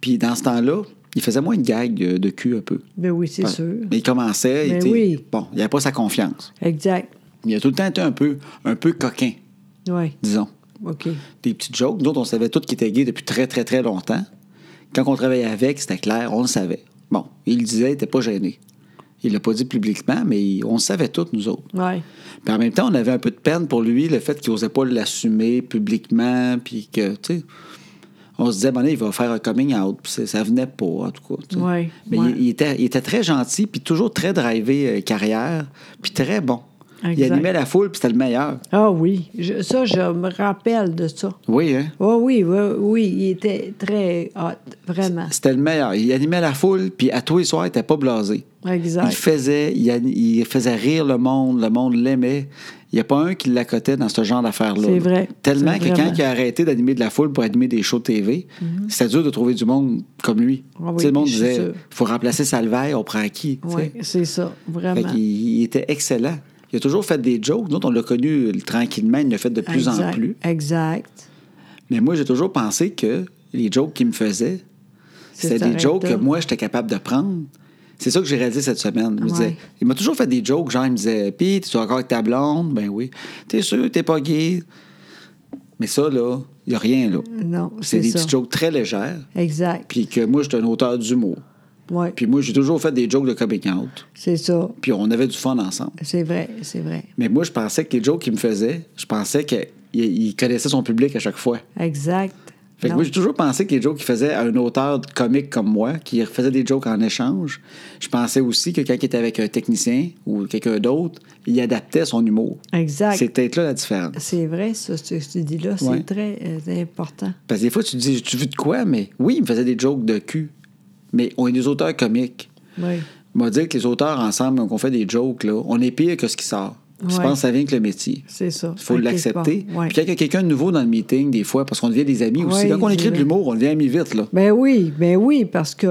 [SPEAKER 1] Puis dans ce temps-là, il faisait moins une gag euh, de cul un peu.
[SPEAKER 2] Ben oui, c'est
[SPEAKER 1] Parce-
[SPEAKER 2] sûr.
[SPEAKER 1] Mais il commençait, il
[SPEAKER 2] Ben
[SPEAKER 1] était-
[SPEAKER 2] oui.
[SPEAKER 1] Bon, il n'avait pas sa confiance.
[SPEAKER 2] Exact.
[SPEAKER 1] Il a tout le temps été un peu, un peu coquin,
[SPEAKER 2] Oui.
[SPEAKER 1] disons.
[SPEAKER 2] OK.
[SPEAKER 1] Des petites jokes. Nous autres, on savait tous qu'il était gay depuis très, très, très longtemps. Quand on travaillait avec, c'était clair, on le savait. Bon, il le disait, il n'était pas gêné. Il l'a pas dit publiquement, mais il- on le savait tous, nous autres.
[SPEAKER 2] Oui.
[SPEAKER 1] Puis en même temps, on avait un peu de peine pour lui, le fait qu'il n'osait pas l'assumer publiquement, puis que, tu sais, on se disait, bon, là, il va faire un coming out, puis c'est- ça venait pas, en tout cas. tu sais.
[SPEAKER 2] Ouais,
[SPEAKER 1] Mais
[SPEAKER 2] ouais.
[SPEAKER 1] Il, il était, il était très gentil, puis toujours très drivé euh, carrière, puis très bon. Il
[SPEAKER 2] Exact.
[SPEAKER 1] animait la foule, puis c'était le meilleur.
[SPEAKER 2] Ah oui. Je- ça, je me rappelle de ça.
[SPEAKER 1] Oui, hein?
[SPEAKER 2] Ah oui, oui, oui, il était très hot, vraiment.
[SPEAKER 1] C'était le meilleur. Il animait la foule, puis à tous les soirs, il n'était pas blasé. Il
[SPEAKER 2] Exact.
[SPEAKER 1] faisait, il, an- il faisait rire le monde, le monde l'aimait. Il n'y a pas un qui l'accotait dans ce genre d'affaires-là.
[SPEAKER 2] C'est
[SPEAKER 1] là.
[SPEAKER 2] vrai.
[SPEAKER 1] Tellement
[SPEAKER 2] C'est
[SPEAKER 1] que quand
[SPEAKER 2] vraiment. Mhm.
[SPEAKER 1] il a arrêté d'animer de la foule pour animer des shows TV, c'était dur de trouver du monde comme lui.
[SPEAKER 2] Ah oui,
[SPEAKER 1] Tu sais, le monde
[SPEAKER 2] je suis
[SPEAKER 1] disait
[SPEAKER 2] sûre.
[SPEAKER 1] il faut remplacer Salvaire, on prend qui Tu sais.
[SPEAKER 2] Oui, c'est ça,
[SPEAKER 1] Fait
[SPEAKER 2] vraiment.
[SPEAKER 1] qu'il- il, était excellent. Il a toujours fait des jokes. Nous, autres, on l'a connu euh, tranquillement, il l'a fait de plus en
[SPEAKER 2] Exact,
[SPEAKER 1] plus.
[SPEAKER 2] Exact.
[SPEAKER 1] Mais moi, j'ai toujours pensé que les jokes qu'il me faisait,
[SPEAKER 2] C'est hein.
[SPEAKER 1] c'était des
[SPEAKER 2] arrêté.
[SPEAKER 1] jokes que moi, j'étais capable de prendre. C'est ça que j'ai réalisé cette semaine. Il me
[SPEAKER 2] Ouais.
[SPEAKER 1] disait- il m'a toujours fait des jokes, genre, il me disait, pis, t'es encore avec ta blonde? Ben oui. T'es sûr, t'es pas gay? Mais ça, là, il a rien, là.
[SPEAKER 2] Non,
[SPEAKER 1] C'est
[SPEAKER 2] Mm, c'est
[SPEAKER 1] des
[SPEAKER 2] ça.
[SPEAKER 1] petites jokes très légères,
[SPEAKER 2] Exact.
[SPEAKER 1] puis que moi, j'étais un auteur d'humour.
[SPEAKER 2] Oui,
[SPEAKER 1] Puis moi, j'ai toujours fait des jokes de coming out,
[SPEAKER 2] c'est ça.
[SPEAKER 1] puis on avait du fun ensemble.
[SPEAKER 2] C'est vrai, c'est vrai.
[SPEAKER 1] Mais moi, je pensais que les jokes qu'il me faisait, je pensais qu'il il connaissait son public à chaque fois.
[SPEAKER 2] Exact.
[SPEAKER 1] Fait que
[SPEAKER 2] Non.
[SPEAKER 1] moi, j'ai toujours pensé que les jokes qu'il faisait à un auteur comique comme moi, qui faisait des jokes en échange, je pensais aussi que quand il était avec un technicien ou quelqu'un d'autre, il adaptait son humour.
[SPEAKER 2] Exact.
[SPEAKER 1] C'est peut-être là la différence.
[SPEAKER 2] C'est vrai, ça, ce que tu dis là, c'est
[SPEAKER 1] Ouais.
[SPEAKER 2] très euh, important.
[SPEAKER 1] Parce que des fois, tu te dis, tu vu de quoi? Mais oui, il me faisait des jokes de cul. Mais on est des auteurs comiques.
[SPEAKER 2] Oui.
[SPEAKER 1] On va dire que les auteurs ensemble, quand on fait des jokes, là, on est pire que ce qui sort. Je
[SPEAKER 2] Ouais.
[SPEAKER 1] pense que ça vient avec le métier.
[SPEAKER 2] C'est ça.
[SPEAKER 1] Il faut
[SPEAKER 2] Ok,
[SPEAKER 1] l'accepter.
[SPEAKER 2] bon, ouais. Ah
[SPEAKER 1] Puis quand il y a quelqu'un de nouveau dans le meeting, des fois, parce qu'on devient des amis aussi.
[SPEAKER 2] Ouais,
[SPEAKER 1] Quand on
[SPEAKER 2] c'est
[SPEAKER 1] écrit de
[SPEAKER 2] vrai.
[SPEAKER 1] l'humour, on devient amis vite, là.
[SPEAKER 2] Ben oui, ben oui, parce que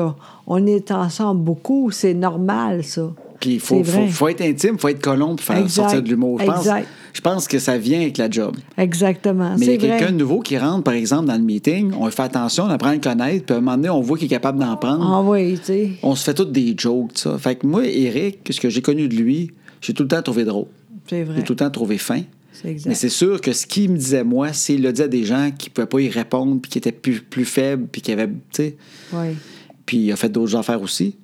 [SPEAKER 2] on est ensemble beaucoup, c'est normal, ça.
[SPEAKER 1] Puis il faut,
[SPEAKER 2] C'est vrai.
[SPEAKER 1] faut, faut être intime, faut être colon pour faire
[SPEAKER 2] Exact.
[SPEAKER 1] sortir de l'humour. Je pense,
[SPEAKER 2] Exact.
[SPEAKER 1] je pense que ça vient avec la job.
[SPEAKER 2] Exactement,
[SPEAKER 1] Mais il y
[SPEAKER 2] c'est
[SPEAKER 1] a
[SPEAKER 2] vrai.
[SPEAKER 1] quelqu'un de nouveau qui rentre, par exemple, dans le meeting, on fait attention, on apprend à le connaître, puis à un moment donné, on voit qu'il est capable d'en prendre.
[SPEAKER 2] Ah oui, tu sais.
[SPEAKER 1] On se fait toutes des jokes, tout ça. Fait que moi, Eric, ce que j'ai connu de lui, j'ai tout le temps trouvé drôle.
[SPEAKER 2] C'est vrai.
[SPEAKER 1] J'ai tout le temps trouvé fin.
[SPEAKER 2] C'est exact.
[SPEAKER 1] Mais c'est sûr que ce qu'il me disait, moi, s'il le disait à des gens qui ne pouvaient pas y répondre, puis qui étaient plus, plus faibles, puis qui avaient. tu sais,
[SPEAKER 2] Oui.
[SPEAKER 1] Puis il a fait d'autres affaires aussi.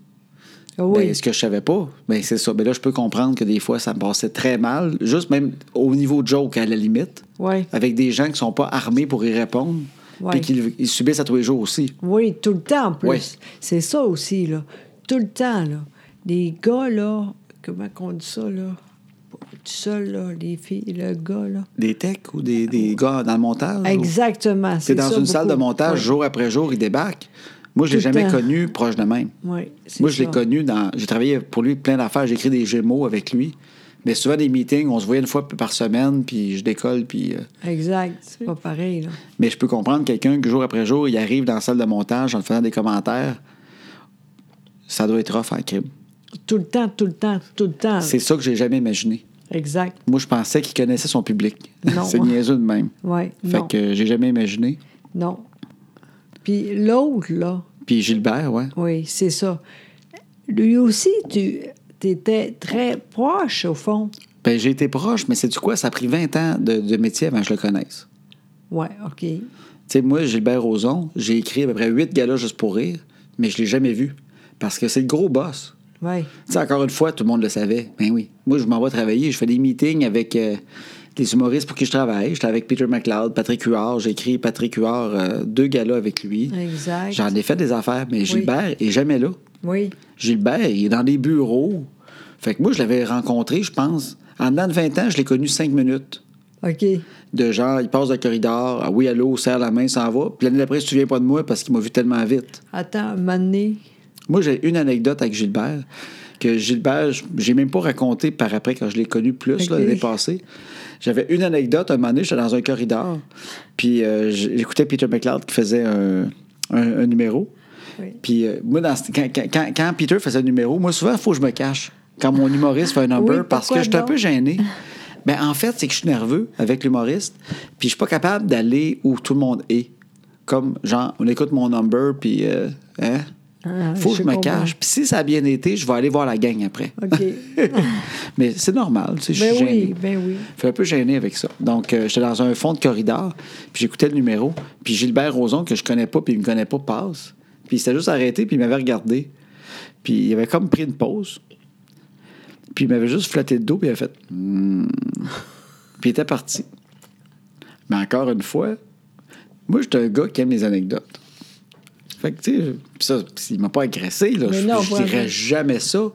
[SPEAKER 2] Ah oui.
[SPEAKER 1] Ben, ce que je savais pas, ben, c'est ça. Mais là, je peux comprendre que des fois, ça me passait très mal, juste même au niveau joke, à la limite,
[SPEAKER 2] Ouais.
[SPEAKER 1] avec des gens qui sont pas armés pour y répondre,
[SPEAKER 2] Ouais.
[SPEAKER 1] puis qu'ils ils subissent à tous les jours aussi.
[SPEAKER 2] Oui, tout le temps en plus.
[SPEAKER 1] Ouais.
[SPEAKER 2] C'est ça aussi, là. Tout le temps, là. Les gars, là, comment qu'on dit ça, là? Tout seul, là, les filles, le gars, là.
[SPEAKER 1] Des techs ou des, des gars dans le montage.
[SPEAKER 2] Exactement,
[SPEAKER 1] C'est
[SPEAKER 2] Euh, c'est
[SPEAKER 1] Ah, dans
[SPEAKER 2] ça,
[SPEAKER 1] une salle de
[SPEAKER 2] beaucoup.
[SPEAKER 1] montage,
[SPEAKER 2] Ouais.
[SPEAKER 1] jour après jour, ils débarquent. Moi, je l'ai
[SPEAKER 2] Tout le
[SPEAKER 1] jamais
[SPEAKER 2] temps.
[SPEAKER 1] connu proche de même.
[SPEAKER 2] Ouais, c'est
[SPEAKER 1] Moi, je l'ai
[SPEAKER 2] ça.
[SPEAKER 1] connu dans. J'ai travaillé pour lui plein d'affaires. J'ai écrit des Gémeaux avec lui. Mais souvent, des meetings, on se voyait une fois par semaine, puis je décolle, puis. euh,
[SPEAKER 2] Exact. C'est pas pareil, là.
[SPEAKER 1] Mais je peux comprendre quelqu'un que jour après jour, il arrive dans la salle de montage en faisant des commentaires. Ça doit être off en crime.
[SPEAKER 2] Tout le temps, tout le temps, tout le temps.
[SPEAKER 1] C'est ça que j'ai jamais imaginé.
[SPEAKER 2] Exact.
[SPEAKER 1] Moi, je pensais qu'il connaissait son public.
[SPEAKER 2] Non.
[SPEAKER 1] C'est niaiseux de même.
[SPEAKER 2] Oui.
[SPEAKER 1] Fait
[SPEAKER 2] Non.
[SPEAKER 1] que euh, j'ai jamais imaginé.
[SPEAKER 2] Non. Puis l'autre, là,
[SPEAKER 1] Puis Gilbert, ouais.
[SPEAKER 2] oui, c'est ça. Lui aussi, tu étais très proche, au fond.
[SPEAKER 1] Ben, j'ai été proche, mais c'est du quoi? Ça a pris 20 ans de, de métier avant que je le connaisse.
[SPEAKER 2] Oui, OK.
[SPEAKER 1] Tu sais, moi, Gilbert Rozon, j'ai écrit à peu près 8 galas juste pour rire, mais je l'ai jamais vu. Parce que c'est le gros boss.
[SPEAKER 2] Oui.
[SPEAKER 1] Tu sais, encore une fois, tout le monde le savait. Ben oui. Moi, je m'en vais travailler. Je fais des meetings avec euh, les humoristes pour qui je travaille. J'étais avec Peter McLeod, Patrick Huard. J'ai écrit Patrick Huard, euh, deux galas avec lui.
[SPEAKER 2] Exact.
[SPEAKER 1] J'en ai fait des affaires, mais Gilbert est jamais là.
[SPEAKER 2] Oui.
[SPEAKER 1] Gilbert, il est dans des bureaux. Fait que moi, je l'avais rencontré, je pense. En dedans de 20 ans, je l'ai connu cinq minutes.
[SPEAKER 2] OK.
[SPEAKER 1] De genre, il passe dans le corridor, ah oui, allô, serre la main, s'en va. Puis l'année d'après, je ne souviens pas de moi parce qu'il m'a vu tellement vite.
[SPEAKER 2] Attends, Mané.
[SPEAKER 1] Moi, j'ai une anecdote avec Gilbert que Gilbert, j- j'ai même pas raconté par après quand je l'ai connu plus là,
[SPEAKER 2] Ok.
[SPEAKER 1] l'année passée. J'avais une anecdote, un moment donné, j'étais dans un corridor, puis euh, j- j'écoutais Peter McLeod qui faisait un, un- un numéro.
[SPEAKER 2] Oui.
[SPEAKER 1] Puis euh, moi, dans ce- quand, quand- quand- quand Peter faisait un numéro, moi, souvent, il faut que je me cache quand mon humoriste fait un number
[SPEAKER 2] Oui,
[SPEAKER 1] parce que
[SPEAKER 2] pourquoi
[SPEAKER 1] je suis un
[SPEAKER 2] donc?
[SPEAKER 1] peu gêné. Ben, en fait, c'est que je suis nerveux avec l'humoriste, puis je suis pas capable d'aller où tout le monde est. Comme, genre, on écoute mon number, puis... euh, hein?
[SPEAKER 2] Ah,
[SPEAKER 1] faut que je
[SPEAKER 2] je
[SPEAKER 1] me
[SPEAKER 2] comprends.
[SPEAKER 1] cache. Puis si ça a bien été, je vais aller voir la gang après.
[SPEAKER 2] OK.
[SPEAKER 1] Mais c'est normal, tu sais, je
[SPEAKER 2] ben
[SPEAKER 1] suis
[SPEAKER 2] oui,
[SPEAKER 1] gêné.
[SPEAKER 2] ben oui.
[SPEAKER 1] Je suis un peu gêné avec ça. Donc, euh, j'étais dans un fond de corridor, puis j'écoutais le numéro, puis Gilbert Rozon, que je connais pas, puis il me connaît pas, passe. Puis il s'était juste arrêté, puis il m'avait regardé. Puis il avait comme pris une pause. Puis il m'avait juste flatté le dos, puis il avait fait... Hmm. Puis il était parti. Mais encore une fois, moi, j'étais un gars qui aime les anecdotes. Fait que, tu sais, pis ça, pis il m'a pas agressé, là.
[SPEAKER 2] Mais
[SPEAKER 1] Je,
[SPEAKER 2] non,
[SPEAKER 1] je
[SPEAKER 2] vraiment.
[SPEAKER 1] dirais jamais ça.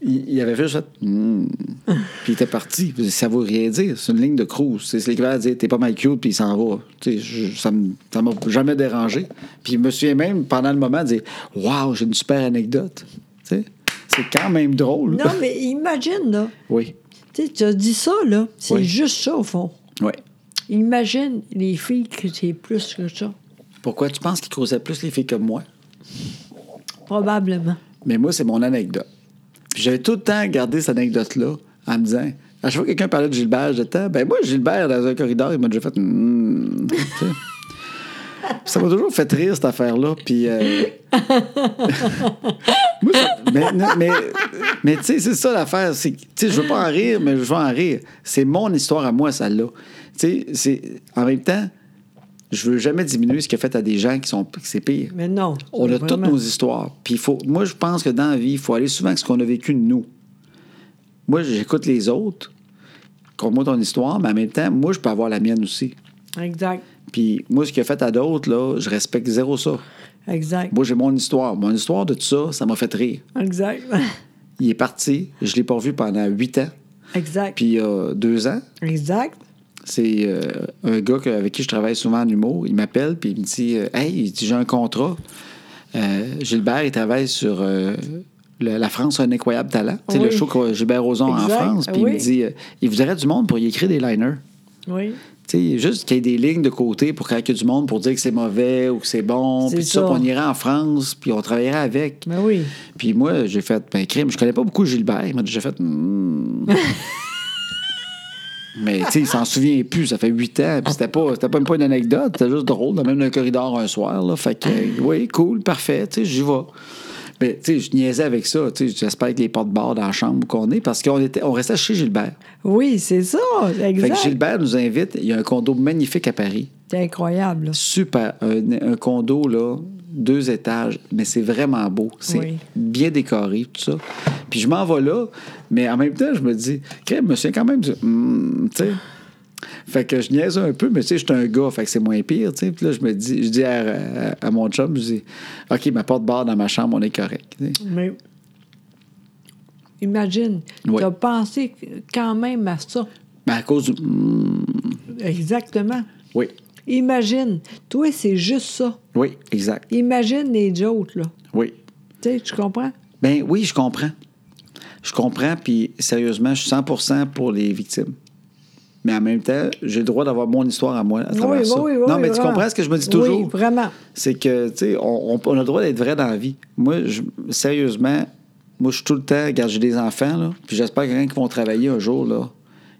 [SPEAKER 1] Il, il avait fait juste fait, Hmm. puis il était parti. Ça veut rien dire. C'est une ligne de cruise. C'est c'est l'équivalent de dire t'es pas mal cute, puis il s'en va. Tu sais, je- ça me- ça m'a jamais dérangé. Puis je me souviens même, pendant le moment, de dire Waouh, j'ai une super anecdote. Tu sais, c'est quand même drôle.
[SPEAKER 2] Non, mais imagine, là.
[SPEAKER 1] Oui.
[SPEAKER 2] Tu sais, tu as dit ça, là. C'est
[SPEAKER 1] Oui.
[SPEAKER 2] juste ça, au fond.
[SPEAKER 1] Oui.
[SPEAKER 2] Imagine les filles que c'est plus que ça.
[SPEAKER 1] Pourquoi tu penses qu'il causait plus les filles que moi?
[SPEAKER 2] Probablement.
[SPEAKER 1] Mais moi, c'est mon anecdote. Puis j'avais tout le temps gardé cette anecdote-là en me disant, à chaque fois que quelqu'un parlait de Gilbert, j'étais, ben moi, Gilbert, dans un corridor, il m'a déjà fait, Hmm. Tu sais. Ça m'a toujours fait rire, cette affaire-là. Puis. euh, moi, ça- Mais, non, mais, mais tu sais, c'est ça l'affaire. c'est que, Tu sais, je veux pas en rire, mais je veux en rire. C'est mon histoire à moi, celle-là. Tu sais, c'est- en même temps, je veux jamais diminuer ce qu'il a fait à des gens qui sont. que C'est pire.
[SPEAKER 2] Mais non.
[SPEAKER 1] On a toutes
[SPEAKER 2] vraiment.
[SPEAKER 1] nos histoires. Puis il faut, moi, je pense que dans la vie, il faut aller souvent avec ce qu'on a vécu de nous. Moi, j'écoute les autres, conte-moi ton histoire, mais en même temps, moi, je peux avoir la mienne aussi.
[SPEAKER 2] Exact.
[SPEAKER 1] Puis moi, ce qu'il a fait à d'autres, là, je respecte zéro ça.
[SPEAKER 2] Exact.
[SPEAKER 1] Moi, j'ai mon histoire. Mon histoire de tout ça, ça m'a fait rire.
[SPEAKER 2] Exact.
[SPEAKER 1] Il est parti, je l'ai pas vu pendant huit ans.
[SPEAKER 2] exact.
[SPEAKER 1] Puis il y a deux ans,
[SPEAKER 2] exact.
[SPEAKER 1] c'est euh, un gars que- avec qui je travaille souvent en humour. Il m'appelle puis il me dit euh, Hey, il dit, j'ai un contrat. Euh, Gilbert, il travaille sur euh, le- La France a un incroyable talent. C'est le
[SPEAKER 2] Oui.
[SPEAKER 1] show que Gilbert Rozon a en
[SPEAKER 2] Exact,
[SPEAKER 1] France. Puis il
[SPEAKER 2] oui.
[SPEAKER 1] me dit euh, Il voudrait du monde pour y écrire des liners.
[SPEAKER 2] Oui.
[SPEAKER 1] Tu sais, juste qu'il y ait des lignes de côté pour qu'il y ait du monde pour dire que c'est mauvais ou que c'est bon.
[SPEAKER 2] C'est
[SPEAKER 1] Puis tout ça,
[SPEAKER 2] ça.
[SPEAKER 1] puis on irait en France, puis on travaillerait avec.
[SPEAKER 2] Ben oui.
[SPEAKER 1] Puis moi, j'ai fait, ben, crime, je connais pas beaucoup Gilbert. Il m'a déjà fait, Hmm. Mais, tu sais, il s'en souvient plus. Ça fait huit ans. Puis c'était pas, c'était pas même pas une anecdote. C'était juste drôle, dans même dans le corridor un soir. Là. Fait que, euh, oui, cool, parfait. Tu sais, j'y vais. Mais, tu sais, je niaisais avec ça. Tu sais, j'espère que les portes barres dans la chambre où qu'on est, parce qu'on était, on restait chez Gilbert.
[SPEAKER 2] Oui, c'est ça.
[SPEAKER 1] Fait que
[SPEAKER 2] Exact.
[SPEAKER 1] Gilbert nous invite. Il y a un condo magnifique à Paris.
[SPEAKER 2] C'est incroyable. là.
[SPEAKER 1] Super. Un, un condo, là, deux étages, mais c'est vraiment beau. C'est
[SPEAKER 2] Oui.
[SPEAKER 1] bien décoré, tout ça. Puis je m'en vais là, mais en même temps, je me dis, crème, je me souviens quand même du. Hmm, tu sais. Fait que je niaise un peu, mais tu sais, j'étais un gars, fait que c'est moins pire, tu sais. Puis là, je me dis, je dis à, à- à mon chum, je dis, OK, ma porte-barre dans ma chambre, on est correct. tu sais.
[SPEAKER 2] Mais imagine,
[SPEAKER 1] Oui.
[SPEAKER 2] tu as pensé quand même à ça.
[SPEAKER 1] Mais Ben, à cause du. Hmm,
[SPEAKER 2] Exactement.
[SPEAKER 1] oui,
[SPEAKER 2] Imagine. Toi, c'est juste ça.
[SPEAKER 1] oui, exact.
[SPEAKER 2] Imagine les jokes, là.
[SPEAKER 1] Oui.
[SPEAKER 2] Tu sais, tu comprends?
[SPEAKER 1] Ben oui, je comprends. je comprends, puis sérieusement, je suis 100 pour les victimes. Mais en même temps, j'ai le droit d'avoir mon histoire à moi à travers
[SPEAKER 2] oui,
[SPEAKER 1] ça.
[SPEAKER 2] oui, oui,
[SPEAKER 1] non, mais
[SPEAKER 2] oui,
[SPEAKER 1] tu
[SPEAKER 2] vraiment.
[SPEAKER 1] comprends ce que je me dis
[SPEAKER 2] Oui,
[SPEAKER 1] toujours?
[SPEAKER 2] vraiment.
[SPEAKER 1] C'est que, tu sais, on, on- on a le droit d'être vrai dans la vie. Moi, je- sérieusement, moi, je suis tout le temps, regarde, j'ai des enfants, là, puis j'espère que rien qu'ils vont travailler un jour, là,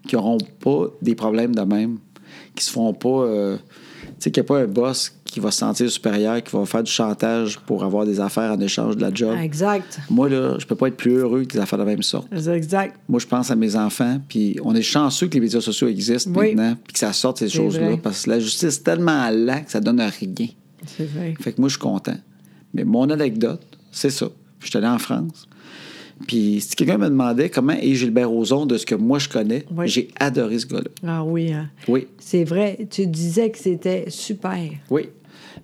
[SPEAKER 1] qui n'auront pas des problèmes de même, qui se feront pas. euh, tu sais, qu'il n'y a pas un boss qui va se sentir supérieur, qui va faire du chantage pour avoir des affaires en échange de la job.
[SPEAKER 2] Exact.
[SPEAKER 1] Moi, là, je peux pas être plus heureux que des affaires de la même sorte.
[SPEAKER 2] C'est exact.
[SPEAKER 1] Moi, je pense à mes enfants, puis on est chanceux que les médias sociaux existent
[SPEAKER 2] Oui.
[SPEAKER 1] maintenant, puis que ça sorte ces
[SPEAKER 2] C'est
[SPEAKER 1] choses-là,
[SPEAKER 2] vrai.
[SPEAKER 1] parce que la justice est tellement là que ça donne rien.
[SPEAKER 2] C'est vrai.
[SPEAKER 1] Fait que moi, je suis content. Mais mon anecdote, c'est ça. Je suis allé en France. Puis si quelqu'un me demandait comment est Gilbert Rozon de ce que moi je connais,
[SPEAKER 2] Oui.
[SPEAKER 1] j'ai adoré ce gars-là.
[SPEAKER 2] Ah oui, hein.
[SPEAKER 1] Oui,
[SPEAKER 2] C'est vrai. Tu disais que c'était super.
[SPEAKER 1] oui.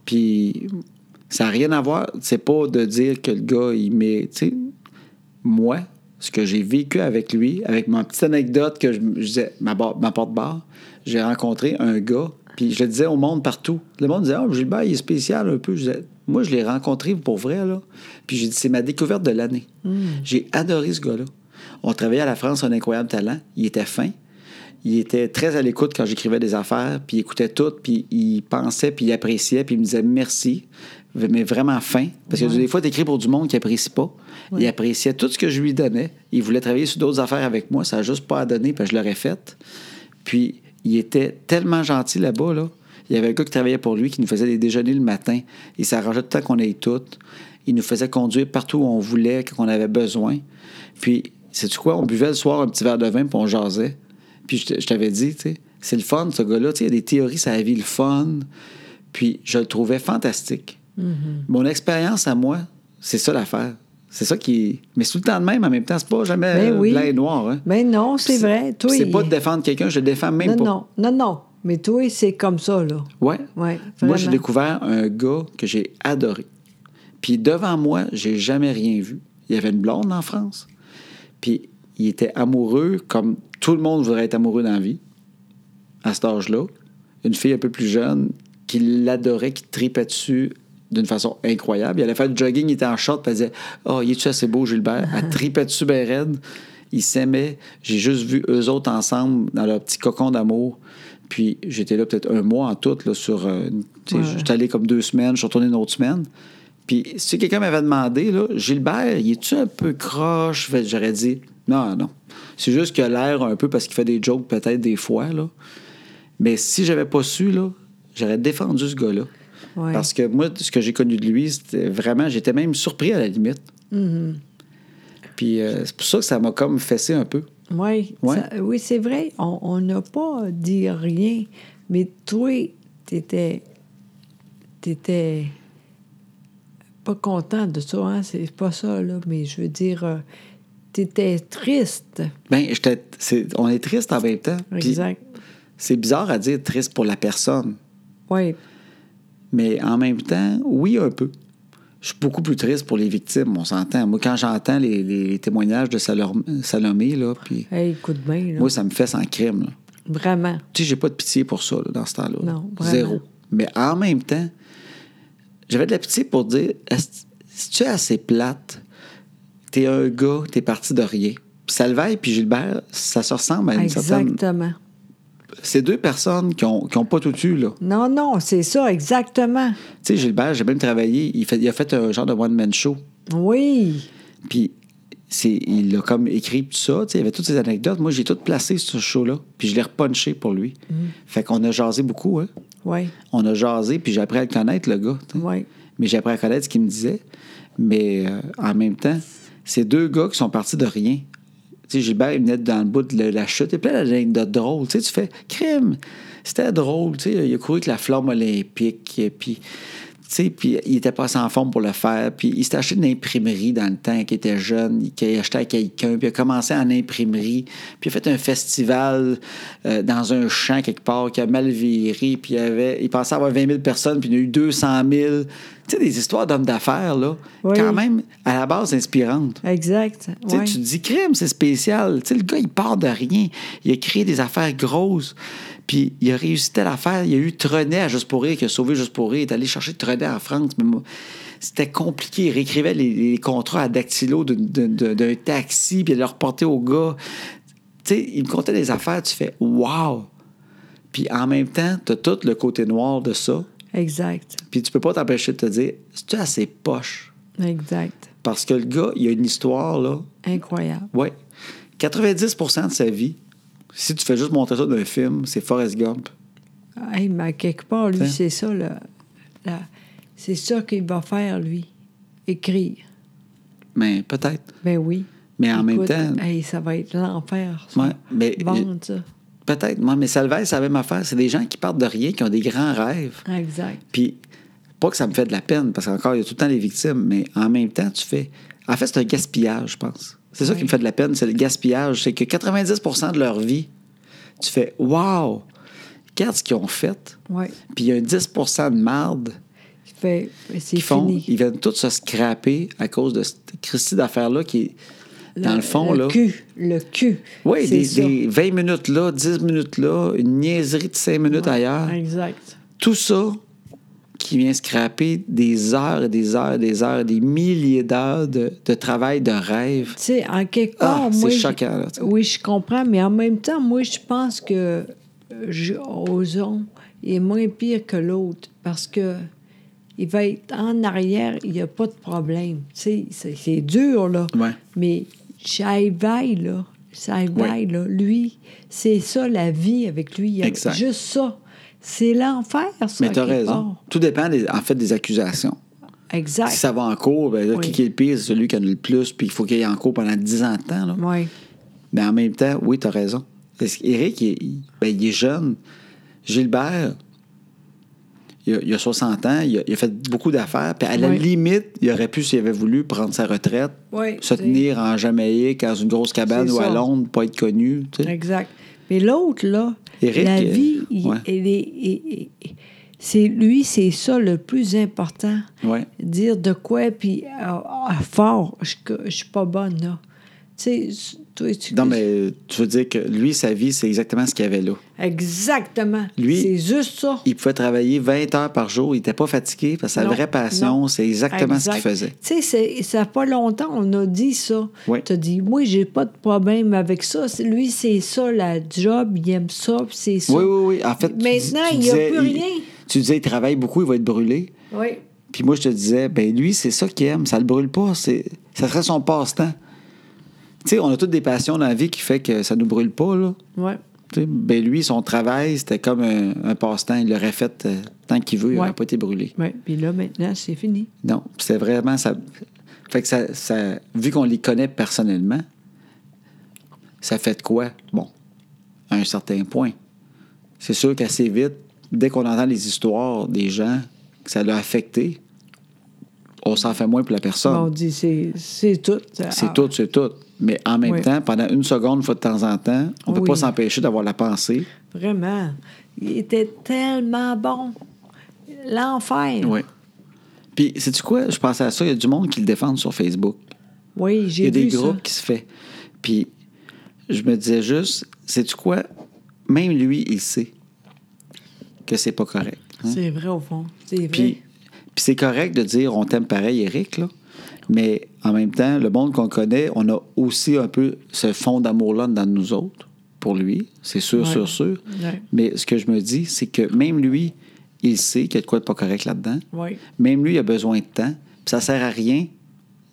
[SPEAKER 1] Puis ça n'a rien à voir. C'est pas de dire que le gars, il met. Tu sais, moi, ce que j'ai vécu avec lui, avec ma petite anecdote que je, je disais, ma, bar- ma porte-barre, j'ai rencontré un gars, puis je le disais au monde partout. Le monde disait, oh, Gilbert, il est spécial un peu. Je disais, moi, je l'ai rencontré pour vrai, là. Puis j'ai dit, c'est ma découverte de l'année. J'ai adoré ce gars-là. On travaillait à la France, un incroyable talent. Il était fin. Il était très à l'écoute quand j'écrivais des affaires, puis il écoutait tout, puis il pensait, puis il appréciait, puis il me disait merci, mais vraiment fin. Parce que des fois, tu pour du monde qui apprécie pas. Il appréciait tout ce que je lui donnais. Il voulait travailler sur d'autres affaires avec moi. Ça n'a juste pas à donner, puis je l'aurais faite. Puis il était tellement gentil là-bas, là. Il y avait un gars qui travaillait pour lui, qui nous faisait des déjeuners le matin. Il s'arrangeait tout le temps qu'on aille toutes. Il nous faisait conduire partout où on voulait, quand on avait besoin. Puis, sais-tu quoi? On buvait le soir un petit verre de vin, puis on jasait. Puis je t- je t'avais dit, tu sais, c'est le fun, ce gars-là. Tu sais, il y a des théories sur la vie, le fun. Puis je le trouvais fantastique.
[SPEAKER 2] Mm-hmm.
[SPEAKER 1] Mon expérience à moi, c'est ça l'affaire. C'est ça qui. Mais c'est tout le temps de même en même temps. C'est pas jamais
[SPEAKER 2] Ben
[SPEAKER 1] euh,
[SPEAKER 2] oui.
[SPEAKER 1] blanc et noir. hein.
[SPEAKER 2] Ben non, c'est vrai. Toi,
[SPEAKER 1] C'est
[SPEAKER 2] il-
[SPEAKER 1] pas de défendre quelqu'un, je le défends même
[SPEAKER 2] Non,
[SPEAKER 1] pas.
[SPEAKER 2] non, non, non. Mais toi, c'est comme ça, là.
[SPEAKER 1] Ouais.
[SPEAKER 2] Ouais,
[SPEAKER 1] moi, j'ai
[SPEAKER 2] vraiment.
[SPEAKER 1] découvert un gars que j'ai adoré. Puis devant moi, j'ai jamais rien vu. Il y avait une blonde en France. Puis il était amoureux comme tout le monde voudrait être amoureux dans la vie, à cet âge-là. Une fille un peu plus jeune qui l'adorait, qui tripait dessus d'une façon incroyable. Il allait faire du jogging, il était en short, puis elle disait Oh, il est-tu assez beau, Gilbert Elle tripait dessus, ben raide. Ils s'aimaient. J'ai juste vu eux autres ensemble dans leur petit cocon d'amour. Puis j'étais là peut-être un mois en tout, là, sur. euh, une- tu sais, J'étais allé comme deux semaines, je suis retourné une autre semaine. Puis si quelqu'un m'avait demandé, là, Gilbert, il est-tu un peu croche? Fait que J'aurais dit, non, non. C'est juste qu'il a l'air un peu parce qu'il fait des jokes peut-être des fois, là. Mais si j'avais pas su, là, j'aurais défendu ce gars-là.
[SPEAKER 2] Ouais.
[SPEAKER 1] Parce que moi, ce que j'ai connu de lui, c'était vraiment, j'étais même surpris à la limite.
[SPEAKER 2] Mm-hmm.
[SPEAKER 1] Puis euh, c'est pour ça que ça m'a comme fessé un peu.
[SPEAKER 2] Oui,
[SPEAKER 1] Ouais.
[SPEAKER 2] ça- euh, oui c'est vrai. On on n'a pas dit rien. Mais toi, t'étais. T'étais. Pas content de ça, hein? C'est pas ça, là. Mais je veux dire, euh, t'étais triste.
[SPEAKER 1] Ben, j'étais, c'est- on est triste en même temps. Puis
[SPEAKER 2] Exact.
[SPEAKER 1] C'est bizarre à dire triste pour la personne.
[SPEAKER 2] Oui.
[SPEAKER 1] Mais en même temps, oui, un peu. Je suis beaucoup plus triste pour les victimes, on s'entend. Moi, quand j'entends les, les témoignages de Salor- Salomé, là, puis
[SPEAKER 2] Hey, coup de main, là.
[SPEAKER 1] moi, ça me fait sans crime. là.
[SPEAKER 2] Vraiment.
[SPEAKER 1] Tu sais, j'ai pas de pitié pour ça, là, dans ce temps-là. là.
[SPEAKER 2] Non, vraiment.
[SPEAKER 1] Zéro. Mais en même temps, j'avais de la pitié pour dire si tu es assez plate, t'es un gars, t'es parti de rien. Puis Salvaille puis Gilbert, ça se ressemble à une certaine.
[SPEAKER 2] Exactement.
[SPEAKER 1] C'est deux personnes qui ont, qui ont pas tout eu, là.
[SPEAKER 2] Non, non, c'est ça, exactement.
[SPEAKER 1] Tu sais, Gilbert, j'ai même travaillé, il, fait- il a fait un genre de one-man show.
[SPEAKER 2] Oui.
[SPEAKER 1] Puis c'est, il a comme écrit tout ça. tu sais, Il y avait toutes ces anecdotes. Moi, j'ai tout placé sur ce show-là. Puis je l'ai repunché pour lui.
[SPEAKER 2] Mm.
[SPEAKER 1] Fait qu'on a jasé beaucoup. Hein?
[SPEAKER 2] Oui.
[SPEAKER 1] On a jasé, puis j'ai appris à le connaître, le gars. tu sais.
[SPEAKER 2] Oui.
[SPEAKER 1] Mais j'ai appris à connaître ce qu'il me disait. Mais euh, en même temps, c'est deux gars qui sont partis de rien. Tu sais, Gilbert, il venait dans le bout de la- la chute. Il y a plein d'anecdotes drôles. Tu sais, tu fais crime. C'était drôle. Tu sais, il a couru avec la flamme olympique. et Puis, tu sais, puis il était passé en forme pour le faire. Puis il s'est acheté une imprimerie dans le temps qu'il était jeune. Il- Qu'il a acheté à quelqu'un. Puis il a commencé en imprimerie. Puis il a fait un festival euh, dans un champ quelque part qui a mal viré. Puis il, avait, il pensait avoir 20 000 personnes. Puis il y en a eu 200 000. Tu Tu sais, des histoires d'hommes d'affaires, là,
[SPEAKER 2] Oui.
[SPEAKER 1] quand même, à la base, inspirantes.
[SPEAKER 2] Exact.
[SPEAKER 1] Tu sais,
[SPEAKER 2] ouais.
[SPEAKER 1] Tu te dis, crime, c'est spécial. Tu sais, le gars, il part de rien. Il a créé des affaires grosses. Puis il a réussi telle affaire. Il y a eu Trenet à Juste pour rire, qui a sauvé Juste pour rire. Il est allé chercher Trenet en France. Mais moi, c'était compliqué. Il réécrivait les, les contrats à dactylo d'une- d'une- d'un d'un taxi, puis il le reportait au gars. Tu sais, il me contait des affaires. Tu fais, wow! Puis en même temps, tu as tout le côté noir de ça.
[SPEAKER 2] Exact.
[SPEAKER 1] Puis tu peux pas t'empêcher de te dire, c'est-tu assez poche?
[SPEAKER 2] Exact.
[SPEAKER 1] Parce que le gars, il a une histoire, là,
[SPEAKER 2] Incroyable.
[SPEAKER 1] oui. 90 de sa vie, si tu fais juste montrer ça d'un film, c'est Forrest Gump.
[SPEAKER 2] Hey, mais à quelque part, lui,
[SPEAKER 1] Tiens.
[SPEAKER 2] c'est ça, là. là, c'est ça qu'il va faire, lui. Écrire.
[SPEAKER 1] Mais peut-être.
[SPEAKER 2] Ben oui.
[SPEAKER 1] Mais en
[SPEAKER 2] Écoute,
[SPEAKER 1] même temps,
[SPEAKER 2] hey, ça va être l'enfer. ça.
[SPEAKER 1] Ouais, mais-
[SPEAKER 2] Vendre ça.
[SPEAKER 1] peut-être. Moi, mais Salvez, c'est la même affaire. C'est des gens qui partent de rien, qui ont des grands rêves.
[SPEAKER 2] Exact.
[SPEAKER 1] Puis, pas que ça me fait de la peine, parce qu'encore, il y a tout le temps les victimes, mais en même temps, tu fais. En fait, c'est un gaspillage, je pense. C'est ça
[SPEAKER 2] Oui.
[SPEAKER 1] qui me fait de la peine, c'est le gaspillage. C'est que 90 de leur vie, tu fais Waouh! Regarde ce qu'ils ont fait.
[SPEAKER 2] Oui.
[SPEAKER 1] Puis, il y a un 10 de marde.
[SPEAKER 2] Fait, c'est
[SPEAKER 1] Ils font,
[SPEAKER 2] fini.
[SPEAKER 1] ils viennent tous se scraper à cause de cette Christie d'affaires-là qui est, dans le fond,
[SPEAKER 2] le
[SPEAKER 1] là.
[SPEAKER 2] cul. Le cul.
[SPEAKER 1] Oui,
[SPEAKER 2] C'est
[SPEAKER 1] des,
[SPEAKER 2] ça.
[SPEAKER 1] des 20 minutes là, 10 minutes là, une niaiserie de 5 minutes ailleurs.
[SPEAKER 2] Exact.
[SPEAKER 1] Tout ça qui vient scraper des heures et des heures et des heures, des milliers d'heures de, de travail, de rêve.
[SPEAKER 2] Tu sais, en quelque
[SPEAKER 1] Ah,
[SPEAKER 2] part,
[SPEAKER 1] c'est
[SPEAKER 2] moi... je-
[SPEAKER 1] choquant, là, tu sais.
[SPEAKER 2] oui, je comprends, mais en même temps, moi, je pense que je, Ozon est moins pire que l'autre parce que il va être en arrière, il n'y a pas de problème. Tu sais, c'est, c'est dur, là.
[SPEAKER 1] Ouais.
[SPEAKER 2] Mais Shai Vai, là, Shai Vai, là, lui, c'est ça, la vie avec lui. Il y a
[SPEAKER 1] Exact.
[SPEAKER 2] juste ça. C'est l'enfer, ça.
[SPEAKER 1] Mais t'as
[SPEAKER 2] à quelque
[SPEAKER 1] raison.
[SPEAKER 2] part.
[SPEAKER 1] Tout dépend, des- en fait, des accusations.
[SPEAKER 2] Exact.
[SPEAKER 1] Si ça va en cours, ben là,
[SPEAKER 2] Oui.
[SPEAKER 1] qui qui est le pire, c'est celui qui en a le plus, puis il faut qu'il y ait en cours pendant 10 ans de temps. Là.
[SPEAKER 2] Oui.
[SPEAKER 1] Mais Ben, en même temps, oui, t'as raison. Parce qu'Éric, il, il- ben, il est jeune. Gilbert, il a, il a 60 ans, il a, il a fait beaucoup d'affaires. Puis à la
[SPEAKER 2] Oui.
[SPEAKER 1] limite, il aurait pu, s'il avait voulu, prendre sa retraite,
[SPEAKER 2] Oui,
[SPEAKER 1] se
[SPEAKER 2] c'est-
[SPEAKER 1] tenir en Jamaïque, dans une grosse cabane
[SPEAKER 2] C'est
[SPEAKER 1] ou à
[SPEAKER 2] ça.
[SPEAKER 1] Londres, pas être connu. tu sais.
[SPEAKER 2] Exact. Mais l'autre, là,
[SPEAKER 1] Éric,
[SPEAKER 2] la
[SPEAKER 1] euh,
[SPEAKER 2] vie, il-
[SPEAKER 1] ouais.
[SPEAKER 2] elle est- il- il- c'est lui, c'est ça le plus important.
[SPEAKER 1] Ouais.
[SPEAKER 2] Dire de quoi, puis euh, ah, fort, je je suis pas bonne, là. Tu sais, toi, tu...
[SPEAKER 1] Non, mais tu veux dire que lui, sa vie, c'est exactement ce qu'il avait là.
[SPEAKER 2] Exactement.
[SPEAKER 1] Lui-
[SPEAKER 2] C'est juste ça.
[SPEAKER 1] Il pouvait travailler 20 heures par jour, il n'était pas fatigué parce que sa
[SPEAKER 2] Non,
[SPEAKER 1] vraie passion,
[SPEAKER 2] non.
[SPEAKER 1] c'est exactement ce qu'il
[SPEAKER 2] Exact.
[SPEAKER 1] faisait.
[SPEAKER 2] Tu sais, c'est- ça fait pas longtemps, on a dit ça.
[SPEAKER 1] Oui.
[SPEAKER 2] Tu as dit, moi, j'ai pas de problème avec ça. C'est- Lui, c'est ça, la job, il aime ça, puis c'est ça.
[SPEAKER 1] Oui, oui, oui. En fait, tu-
[SPEAKER 2] Maintenant,
[SPEAKER 1] tu
[SPEAKER 2] il y a
[SPEAKER 1] disais-
[SPEAKER 2] plus
[SPEAKER 1] il-
[SPEAKER 2] rien.
[SPEAKER 1] Tu disais, il travaille beaucoup, il va être brûlé.
[SPEAKER 2] Oui.
[SPEAKER 1] Puis moi, je te disais, ben lui, c'est ça qu'il aime, ça le brûle pas, c'est ça serait son passe-temps. Tu sais, on a toutes des passions dans la vie qui fait que ça nous brûle pas, là.
[SPEAKER 2] Ouais.
[SPEAKER 1] Tu sais, ben lui, son travail, c'était comme un, un passe-temps, il l'aurait fait euh, tant qu'il veut, il
[SPEAKER 2] Ouais.
[SPEAKER 1] n'aurait pas été brûlé.
[SPEAKER 2] Oui, puis là, maintenant, c'est fini.
[SPEAKER 1] Non, c'est vraiment ça. Fait que ça, ça- vu qu'on les connaît personnellement, ça fait de quoi? Bon, à un certain point. C'est sûr qu'assez vite, dès qu'on entend les histoires des gens que ça l'a affecté, on s'en fait moins pour la personne.
[SPEAKER 2] Bon, on dit, c'est c'est tout.
[SPEAKER 1] Ah. C'est
[SPEAKER 2] Ah,
[SPEAKER 1] tout, c'est tout. Mais en même
[SPEAKER 2] Oui.
[SPEAKER 1] temps, pendant une seconde, une fois de temps en temps, on peut
[SPEAKER 2] Oui.
[SPEAKER 1] pas s'empêcher d'avoir la pensée.
[SPEAKER 2] Vraiment. Il était tellement bon. L'enfer.
[SPEAKER 1] Oui. Puis, sais-tu quoi? Je pensais à ça. Il y a du monde qui le défend sur Facebook.
[SPEAKER 2] Oui,
[SPEAKER 1] Il y
[SPEAKER 2] j'ai
[SPEAKER 1] a des
[SPEAKER 2] vu ça.
[SPEAKER 1] groupes qui se fait. Puis, je me disais juste, sais-tu quoi? Même lui, il sait que c'est pas correct. hein?
[SPEAKER 2] C'est vrai, au fond. C'est vrai.
[SPEAKER 1] Puis, puis c'est correct de dire on t'aime pareil, Eric, là. Mais en même temps, le monde qu'on connaît, on a aussi un peu ce fond d'amour-là dans nous autres, pour lui. C'est sûr,
[SPEAKER 2] Ouais.
[SPEAKER 1] sûr, sûr.
[SPEAKER 2] Ouais.
[SPEAKER 1] Mais ce que je me dis, c'est que même lui, il sait qu'il y a de quoi de pas correct là-dedans.
[SPEAKER 2] Oui.
[SPEAKER 1] Même lui, il a besoin de temps. Puis ça sert à rien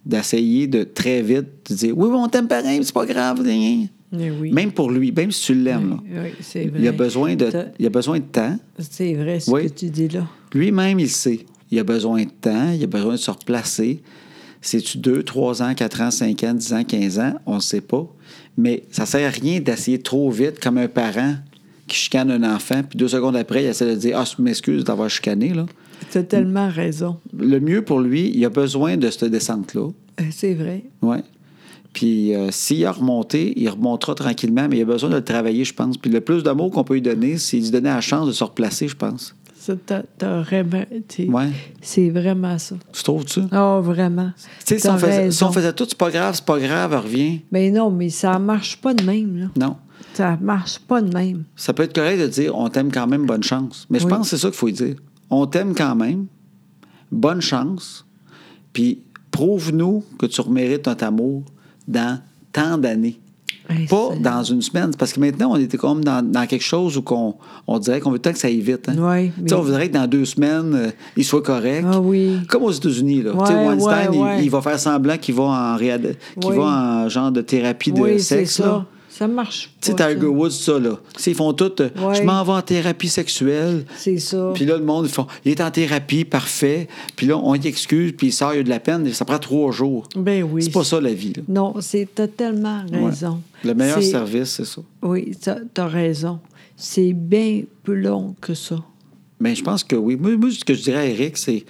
[SPEAKER 1] d'essayer de très vite de dire Oui, oui, on t'aime pareil, c'est pas grave. rien.
[SPEAKER 2] Mais oui.
[SPEAKER 1] Même pour lui, même si tu l'aimes, là.
[SPEAKER 2] Oui, c'est vrai.
[SPEAKER 1] il, a besoin de,
[SPEAKER 2] T'as-
[SPEAKER 1] il a besoin de temps.
[SPEAKER 2] C'est vrai ce
[SPEAKER 1] Oui.
[SPEAKER 2] que tu dis là.
[SPEAKER 1] Lui-même, il sait. Il a besoin de temps, il a besoin de se replacer. C'est-tu 2, 3 ans, 4 ans, 5 ans, 10 ans, 15 ans? On ne sait pas. Mais ça ne sert à rien d'essayer trop vite, comme un parent qui chicane un enfant, puis deux secondes après, il essaie de dire Ah, je m'excuse d'avoir chicané. Là.
[SPEAKER 2] Tu as tellement raison.
[SPEAKER 1] Le mieux pour lui, il a besoin de cette descente-là.
[SPEAKER 2] Euh, C'est vrai.
[SPEAKER 1] Oui. Puis euh, s'il a remonté, il remontera tranquillement, mais il a besoin de le travailler, je pense. Puis le plus d'amour qu'on peut lui donner, c'est lui donner la chance de se replacer, je pense.
[SPEAKER 2] Ça, t'a- t'aurais bien- t'sais,
[SPEAKER 1] Ouais.
[SPEAKER 2] C'est vraiment ça.
[SPEAKER 1] Tu trouves-tu? Tu
[SPEAKER 2] Oh, vraiment.
[SPEAKER 1] sais, si, on
[SPEAKER 2] T'as
[SPEAKER 1] faisait- si on
[SPEAKER 2] raison.
[SPEAKER 1] faisait tout, c'est pas grave, c'est pas grave, elle revient.
[SPEAKER 2] Mais non, mais ça marche pas de même, là.
[SPEAKER 1] Non.
[SPEAKER 2] Ça marche pas de même.
[SPEAKER 1] Ça peut être correct de dire on t'aime quand même, bonne chance. Mais je
[SPEAKER 2] Oui.
[SPEAKER 1] pense que c'est ça qu'il faut dire. On t'aime quand même, bonne chance, puis prouve-nous que tu remérites notre amour dans tant d'années.
[SPEAKER 2] Hey,
[SPEAKER 1] Pas
[SPEAKER 2] c'est-
[SPEAKER 1] dans une semaine, parce que maintenant, on était comme dans, dans quelque chose où qu'on, on dirait qu'on veut tant que ça aille vite. Hein?
[SPEAKER 2] Ouais,
[SPEAKER 1] Tu sais,
[SPEAKER 2] mais-
[SPEAKER 1] On voudrait que dans deux semaines, euh, il soit correct.
[SPEAKER 2] Ah oui.
[SPEAKER 1] Comme aux États-Unis. Là. Tu sais,
[SPEAKER 2] Ouais,
[SPEAKER 1] Weinstein,
[SPEAKER 2] ouais,
[SPEAKER 1] il-
[SPEAKER 2] ouais.
[SPEAKER 1] Il, va faire semblant qu'il va en, réad- qu'il
[SPEAKER 2] Oui.
[SPEAKER 1] va en genre de thérapie de
[SPEAKER 2] oui, c'est
[SPEAKER 1] sexe. là.
[SPEAKER 2] ça. Ça marche pas.
[SPEAKER 1] Tu sais,
[SPEAKER 2] ça.
[SPEAKER 1] Tiger Woods, ça, là. Tu sais, ils font tout. euh,
[SPEAKER 2] Ouais.
[SPEAKER 1] Je m'en vais en thérapie sexuelle.
[SPEAKER 2] C'est ça.
[SPEAKER 1] Puis là, le monde, ils font. Il est en thérapie, parfait. Puis là, on t'excuse, puis il sort, il y a de la peine. Ça prend trois jours.
[SPEAKER 2] Ben oui.
[SPEAKER 1] C'est pas ça, la vie, là.
[SPEAKER 2] Non, c'est t'as tellement
[SPEAKER 1] Ouais.
[SPEAKER 2] raison.
[SPEAKER 1] Le meilleur
[SPEAKER 2] C'est-
[SPEAKER 1] service, c'est ça.
[SPEAKER 2] Oui, t'as t'as raison. C'est bien plus long que ça.
[SPEAKER 1] Mais je pense que oui. Moi, moi, ce que je dirais à Eric, c'est.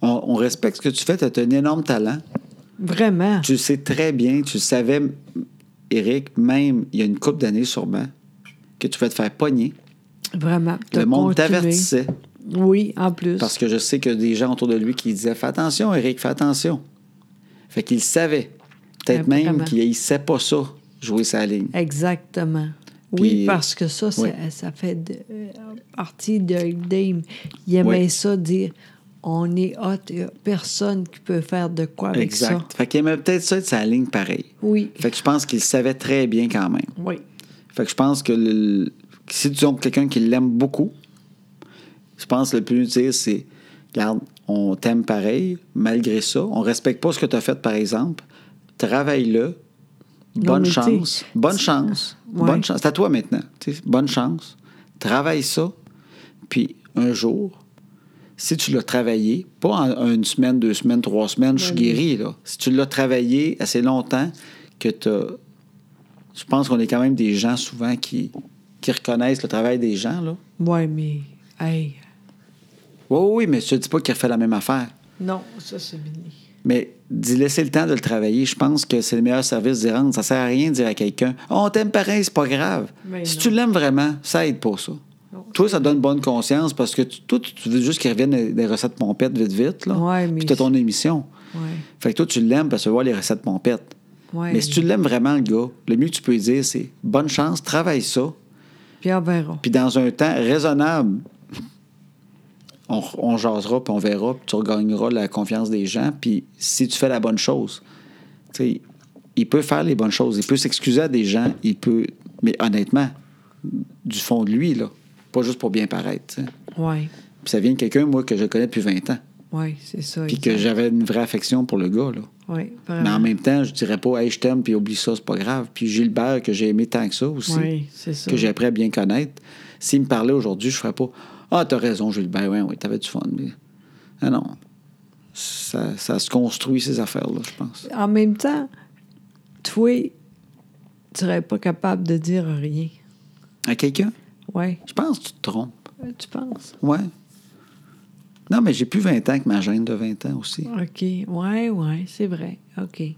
[SPEAKER 1] On, on respecte ce que tu fais. Tu as un énorme talent.
[SPEAKER 2] Vraiment.
[SPEAKER 1] Tu le sais très bien. Tu le savais, Eric, même il y a une couple d'années sûrement, que tu vas te faire pogner.
[SPEAKER 2] Vraiment. T'as
[SPEAKER 1] Le monde
[SPEAKER 2] continué.
[SPEAKER 1] t'avertissait.
[SPEAKER 2] Oui, en plus.
[SPEAKER 1] Parce que je sais que des gens autour de lui qui disaient Fais attention, Eric, fais attention. Fait qu'il savait. Peut-être
[SPEAKER 2] Vraiment.
[SPEAKER 1] même qu'il ne sait pas ça, jouer sa ligne.
[SPEAKER 2] Exactement.
[SPEAKER 1] Puis-
[SPEAKER 2] oui, parce que ça, ça-
[SPEAKER 1] Oui.
[SPEAKER 2] ça fait de- euh, partie de game. Il aimait
[SPEAKER 1] Oui.
[SPEAKER 2] ça dire on est hot, il y a personne qui peut faire de quoi avec
[SPEAKER 1] Exact.
[SPEAKER 2] ça.
[SPEAKER 1] Fait qu'il aimait peut-être ça être sa ligne pareil.
[SPEAKER 2] Oui.
[SPEAKER 1] Fait que je pense qu'il savait très bien quand même.
[SPEAKER 2] Oui.
[SPEAKER 1] Fait que je pense que le- que si tu as quelqu'un qui l'aime beaucoup, je pense que le plus utile, c'est regarde, on t'aime pareil, malgré ça. On respecte pas ce que tu as fait, par exemple. Travaille-le.
[SPEAKER 2] Non,
[SPEAKER 1] Bonne
[SPEAKER 2] mais
[SPEAKER 1] chance.
[SPEAKER 2] t'sais,
[SPEAKER 1] Bonne
[SPEAKER 2] t'sais,
[SPEAKER 1] chance.
[SPEAKER 2] ouais.
[SPEAKER 1] Bonne chance. C'est à toi maintenant. tu sais. Bonne chance. Travaille ça. Puis un jour, si tu l'as travaillé, pas en une semaine, deux semaines, trois semaines, je suis
[SPEAKER 2] Ouais, mais-
[SPEAKER 1] guéri, là. Si tu l'as travaillé assez longtemps que tu je pense qu'on est quand même des gens souvent qui, qui reconnaissent le travail des gens. Là.
[SPEAKER 2] Oui, mais. Hey.
[SPEAKER 1] Oui, oui, oui, mais je ne dis pas qu'ils refait la même affaire.
[SPEAKER 2] Non, ça, c'est fini.
[SPEAKER 1] Mais d'y laisser le temps de le travailler, je pense que c'est le meilleur service d'y rendre. Ça sert à rien de dire à quelqu'un Oh, On t'aime pareil, c'est pas grave.
[SPEAKER 2] Mais
[SPEAKER 1] si
[SPEAKER 2] Ben non.
[SPEAKER 1] tu l'aimes vraiment, ça aide pas ça.
[SPEAKER 2] Non,
[SPEAKER 1] Toi, ça donne bonne conscience parce que tu- toi, tu tu veux juste qu'ils reviennent des- des recettes pompettes vite, vite. Là.
[SPEAKER 2] Ouais, mais-
[SPEAKER 1] Puis t'as ton émission.
[SPEAKER 2] Ouais.
[SPEAKER 1] Fait que toi, tu l'aimes parce que tu veux voir les recettes pompettes.
[SPEAKER 2] Ouais.
[SPEAKER 1] Mais si tu l'aimes vraiment, le gars, le mieux que tu peux lui dire, c'est bonne chance, travaille ça.
[SPEAKER 2] Puis on verra.
[SPEAKER 1] Puis dans un temps raisonnable, on, on jasera, puis on verra, puis tu regagneras la confiance des gens. Puis si tu fais la bonne chose, tu sais, il peut faire les bonnes choses. Il peut s'excuser à des gens, il peut. Mais honnêtement, du fond de lui, là, pas juste pour bien paraître. tu sais.
[SPEAKER 2] Oui.
[SPEAKER 1] Puis ça vient de quelqu'un, moi, que je connais depuis 20 ans,
[SPEAKER 2] Oui, c'est ça.
[SPEAKER 1] puis que j'avais une vraie affection pour le gars, là.
[SPEAKER 2] Oui,
[SPEAKER 1] Mais en
[SPEAKER 2] vraiment.
[SPEAKER 1] même temps, je dirais pas, hey, je t'aime, puis oublie ça, c'est pas grave. Puis Gilbert, que j'ai aimé tant que ça aussi
[SPEAKER 2] Oui, c'est ça.
[SPEAKER 1] que j'ai appris à bien connaître. S'il me parlait aujourd'hui, je ferais pas Ah, t'as raison, Gilbert, oui, oui, t'avais du fun. Mais- Ah non. Ça, ça se construit, ces affaires-là, je pense.
[SPEAKER 2] En même temps, toi, tu serais pas capable de dire rien.
[SPEAKER 1] À quelqu'un,
[SPEAKER 2] Oui,
[SPEAKER 1] je pense que tu te trompes.
[SPEAKER 2] tu penses?
[SPEAKER 1] Ouais. Non, mais j'ai plus 20 ans que ma gêne de 20 ans aussi.
[SPEAKER 2] OK. Oui, oui, c'est vrai. OK.
[SPEAKER 1] Tu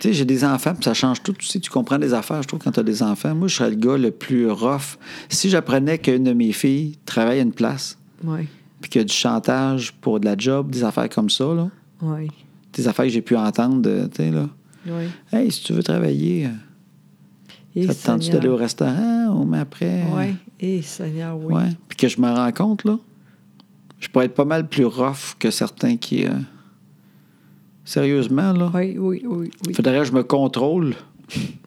[SPEAKER 1] sais, j'ai des enfants, puis ça change tout. Tu sais, tu comprends les affaires, je trouve, quand tu as des enfants. Moi, je serais le gars le plus rough. Si j'apprenais qu'une de mes filles travaille à une place,
[SPEAKER 2] Oui,
[SPEAKER 1] puis qu'il y a du chantage pour de la job, des affaires comme ça, là,
[SPEAKER 2] oui,
[SPEAKER 1] des affaires que j'ai pu entendre, de- tu sais, là.
[SPEAKER 2] oui.
[SPEAKER 1] Hey, si tu veux travailler, euh,
[SPEAKER 2] Et
[SPEAKER 1] ça te tente-tu d'aller au restaurant ou mais après? euh,
[SPEAKER 2] Oui, et Seigneur, oui.
[SPEAKER 1] ouais. Puis que je me rends compte, là, je pourrais être pas mal plus rough que certains qui. euh, Sérieusement, là.
[SPEAKER 2] Oui, oui, oui, oui.
[SPEAKER 1] Faudrait que je me contrôle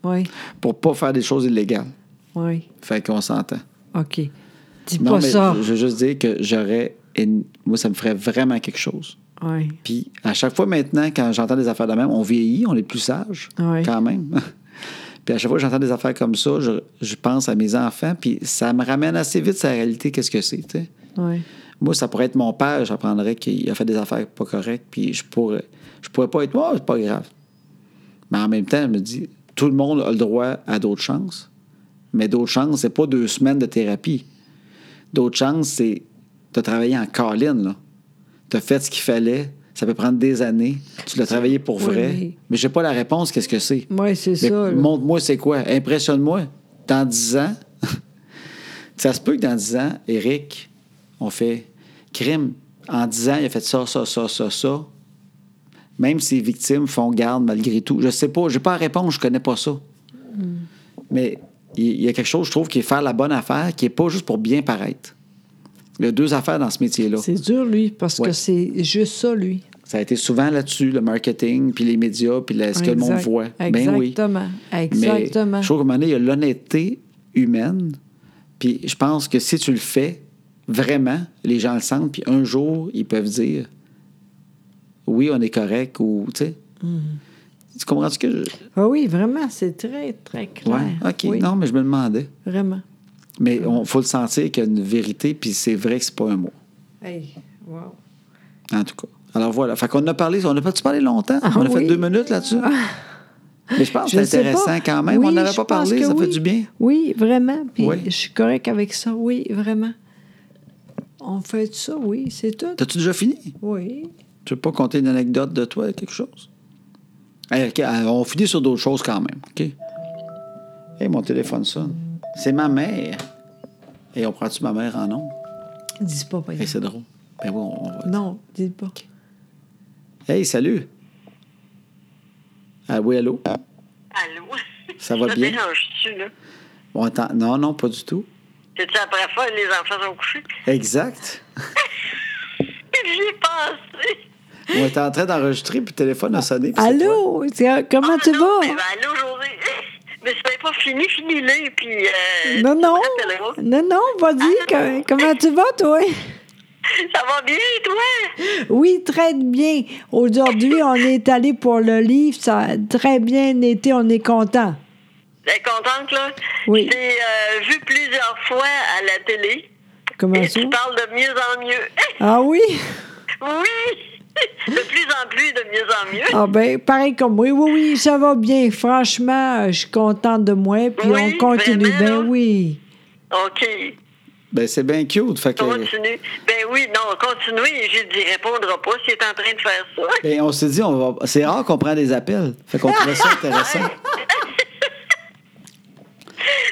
[SPEAKER 2] Oui,
[SPEAKER 1] pour pas faire des choses illégales.
[SPEAKER 2] oui.
[SPEAKER 1] Fait qu'on s'entend.
[SPEAKER 2] OK. Dis
[SPEAKER 1] Non,
[SPEAKER 2] pas
[SPEAKER 1] mais
[SPEAKER 2] ça.
[SPEAKER 1] je je veux juste dire que j'aurais. une- Moi, ça me ferait vraiment quelque chose.
[SPEAKER 2] Oui,
[SPEAKER 1] Puis à chaque fois maintenant, quand j'entends des affaires de même, on vieillit, on est plus sage,
[SPEAKER 2] Ouais.
[SPEAKER 1] quand même. puis à chaque fois que j'entends des affaires comme ça, je, je pense à mes enfants, puis ça me ramène assez vite sur la réalité, qu'est-ce que c'est, tu sais.
[SPEAKER 2] oui.
[SPEAKER 1] Moi, ça pourrait être mon père, j'apprendrais qu'il a fait des affaires pas correctes, puis je pourrais, je pourrais pas être, moi, c'est pas grave. Mais en même temps, je me dis, tout le monde a le droit à d'autres chances, mais d'autres chances, c'est pas deux semaines de thérapie. D'autres chances, c'est de travailler en colline, là. Tu as fait ce qu'il fallait, ça peut prendre des années, tu l'as travaillé pour
[SPEAKER 2] Oui,
[SPEAKER 1] vrai,
[SPEAKER 2] mais-
[SPEAKER 1] mais j'ai pas la réponse, qu'est-ce que c'est.
[SPEAKER 2] Oui, c'est
[SPEAKER 1] Mais
[SPEAKER 2] ça. là.
[SPEAKER 1] Montre-moi c'est quoi. Impressionne-moi. Dans 10 ans, ça se peut que dans 10 ans, Eric, on fait crime. En disant, il a fait ça, ça, ça, ça, ça. Même si les victimes font garde malgré tout. Je sais pas, j'ai pas la réponse, je connais pas ça.
[SPEAKER 2] Hmm.
[SPEAKER 1] Mais il il y a quelque chose, je trouve, qui est faire la bonne affaire, qui est pas juste pour bien paraître. Il y a deux affaires dans ce métier-là.
[SPEAKER 2] C'est dur, lui, parce
[SPEAKER 1] Ouais.
[SPEAKER 2] que c'est juste ça, lui.
[SPEAKER 1] Ça a été souvent là-dessus, le marketing, puis les médias, puis la- ce que le monde
[SPEAKER 2] Exact-
[SPEAKER 1] voit. Ben oui.
[SPEAKER 2] Exactement. Exactement.
[SPEAKER 1] Mais je trouve qu'à un moment donné, il y a l'honnêteté humaine. Puis je pense que si tu le fais, vraiment, les gens le sentent. Puis un jour, ils peuvent dire oui, on est correct ou tu sais.
[SPEAKER 2] Mm-hmm.
[SPEAKER 1] Tu comprends ce que je.
[SPEAKER 2] Ah oui, vraiment, c'est très, très clair.
[SPEAKER 1] Ouais, OK.
[SPEAKER 2] Oui, Mm-hmm.
[SPEAKER 1] Non, mais je me demandais.
[SPEAKER 2] Vraiment.
[SPEAKER 1] Mais il faut le sentir qu'il y a une vérité, puis c'est vrai que c'est pas un mot.
[SPEAKER 2] Hey, wow.
[SPEAKER 1] En tout cas. Alors voilà. Fait qu'on a parlé, on a pas parlé longtemps.
[SPEAKER 2] Ah
[SPEAKER 1] on a fait
[SPEAKER 2] oui. Ah.
[SPEAKER 1] deux minutes là-dessus. Mais je pense
[SPEAKER 2] Je
[SPEAKER 1] que c'est
[SPEAKER 2] sais
[SPEAKER 1] intéressant
[SPEAKER 2] pas.
[SPEAKER 1] quand même.
[SPEAKER 2] Oui,
[SPEAKER 1] on n'avait
[SPEAKER 2] je
[SPEAKER 1] pas
[SPEAKER 2] pense
[SPEAKER 1] parlé,
[SPEAKER 2] que
[SPEAKER 1] ça fait
[SPEAKER 2] oui.
[SPEAKER 1] du bien.
[SPEAKER 2] Oui, vraiment. Puis
[SPEAKER 1] Oui.
[SPEAKER 2] je suis correct avec ça. Oui, vraiment. On fait ça, oui, c'est tout.
[SPEAKER 1] T'as-tu déjà fini?
[SPEAKER 2] Oui.
[SPEAKER 1] Tu veux pas compter une anecdote de toi, quelque chose? Hey, OK, euh, on finit sur d'autres choses quand même, OK? Hey, mon téléphone sonne. C'est ma mère. Et on prend-tu ma mère en nom?
[SPEAKER 2] Dis pas, pas
[SPEAKER 1] Hey, c'est drôle. Ben oui, on on va.
[SPEAKER 2] Non, dis pas.
[SPEAKER 1] Hey, salut! Ah oui, allô?
[SPEAKER 4] Allô?
[SPEAKER 1] Ça va bien?
[SPEAKER 4] dérange-tu, là?
[SPEAKER 1] Bon, attends, Non, non, pas du tout.
[SPEAKER 4] C'est-tu après folle, les enfants sont couchés?
[SPEAKER 1] Exact.
[SPEAKER 4] J'y ai pensé.
[SPEAKER 1] On était en train d'enregistrer, puis le téléphone a sonné. puis c'est toi.
[SPEAKER 2] Allô? C'est- Comment tu
[SPEAKER 4] Ah, non, mais
[SPEAKER 2] vas?
[SPEAKER 4] ben, allô, José. Mais c'est pas fini, finis-le, puis... Euh,
[SPEAKER 2] Non,
[SPEAKER 4] tu
[SPEAKER 2] non.
[SPEAKER 4] me rappelleras.
[SPEAKER 2] Non, Ah, non, vas-y. que- Comment tu vas, toi?
[SPEAKER 4] Ça va bien, toi?
[SPEAKER 2] Oui, très bien. Aujourd'hui, on est allé pour le livre. Ça a très bien été. On est content.
[SPEAKER 4] T'es contente, là?
[SPEAKER 2] Oui.
[SPEAKER 4] Je t'ai euh, vu plusieurs fois à la télé.
[SPEAKER 2] Comment
[SPEAKER 4] Et
[SPEAKER 2] ça?
[SPEAKER 4] tu parles de mieux en mieux.
[SPEAKER 2] Ah oui?
[SPEAKER 4] oui! De plus en plus, de mieux en mieux.
[SPEAKER 2] Ah ben, pareil comme oui, oui, oui, ça va bien. Franchement, euh, je suis contente de moi. Puis
[SPEAKER 4] Oui,
[SPEAKER 2] on continue.
[SPEAKER 4] vraiment,
[SPEAKER 2] Ben
[SPEAKER 4] là.
[SPEAKER 2] oui. Ah. Euh.
[SPEAKER 4] OK.
[SPEAKER 1] Ben, c'est bien cute. Fait que,
[SPEAKER 4] Continue. Ben oui, non, continuez. J'ai dit répondra pas s'il est en train de faire ça.
[SPEAKER 1] ben, on s'est dit, on va... c'est rare qu'on prend des appels. Fait qu'on trouvait ça intéressant.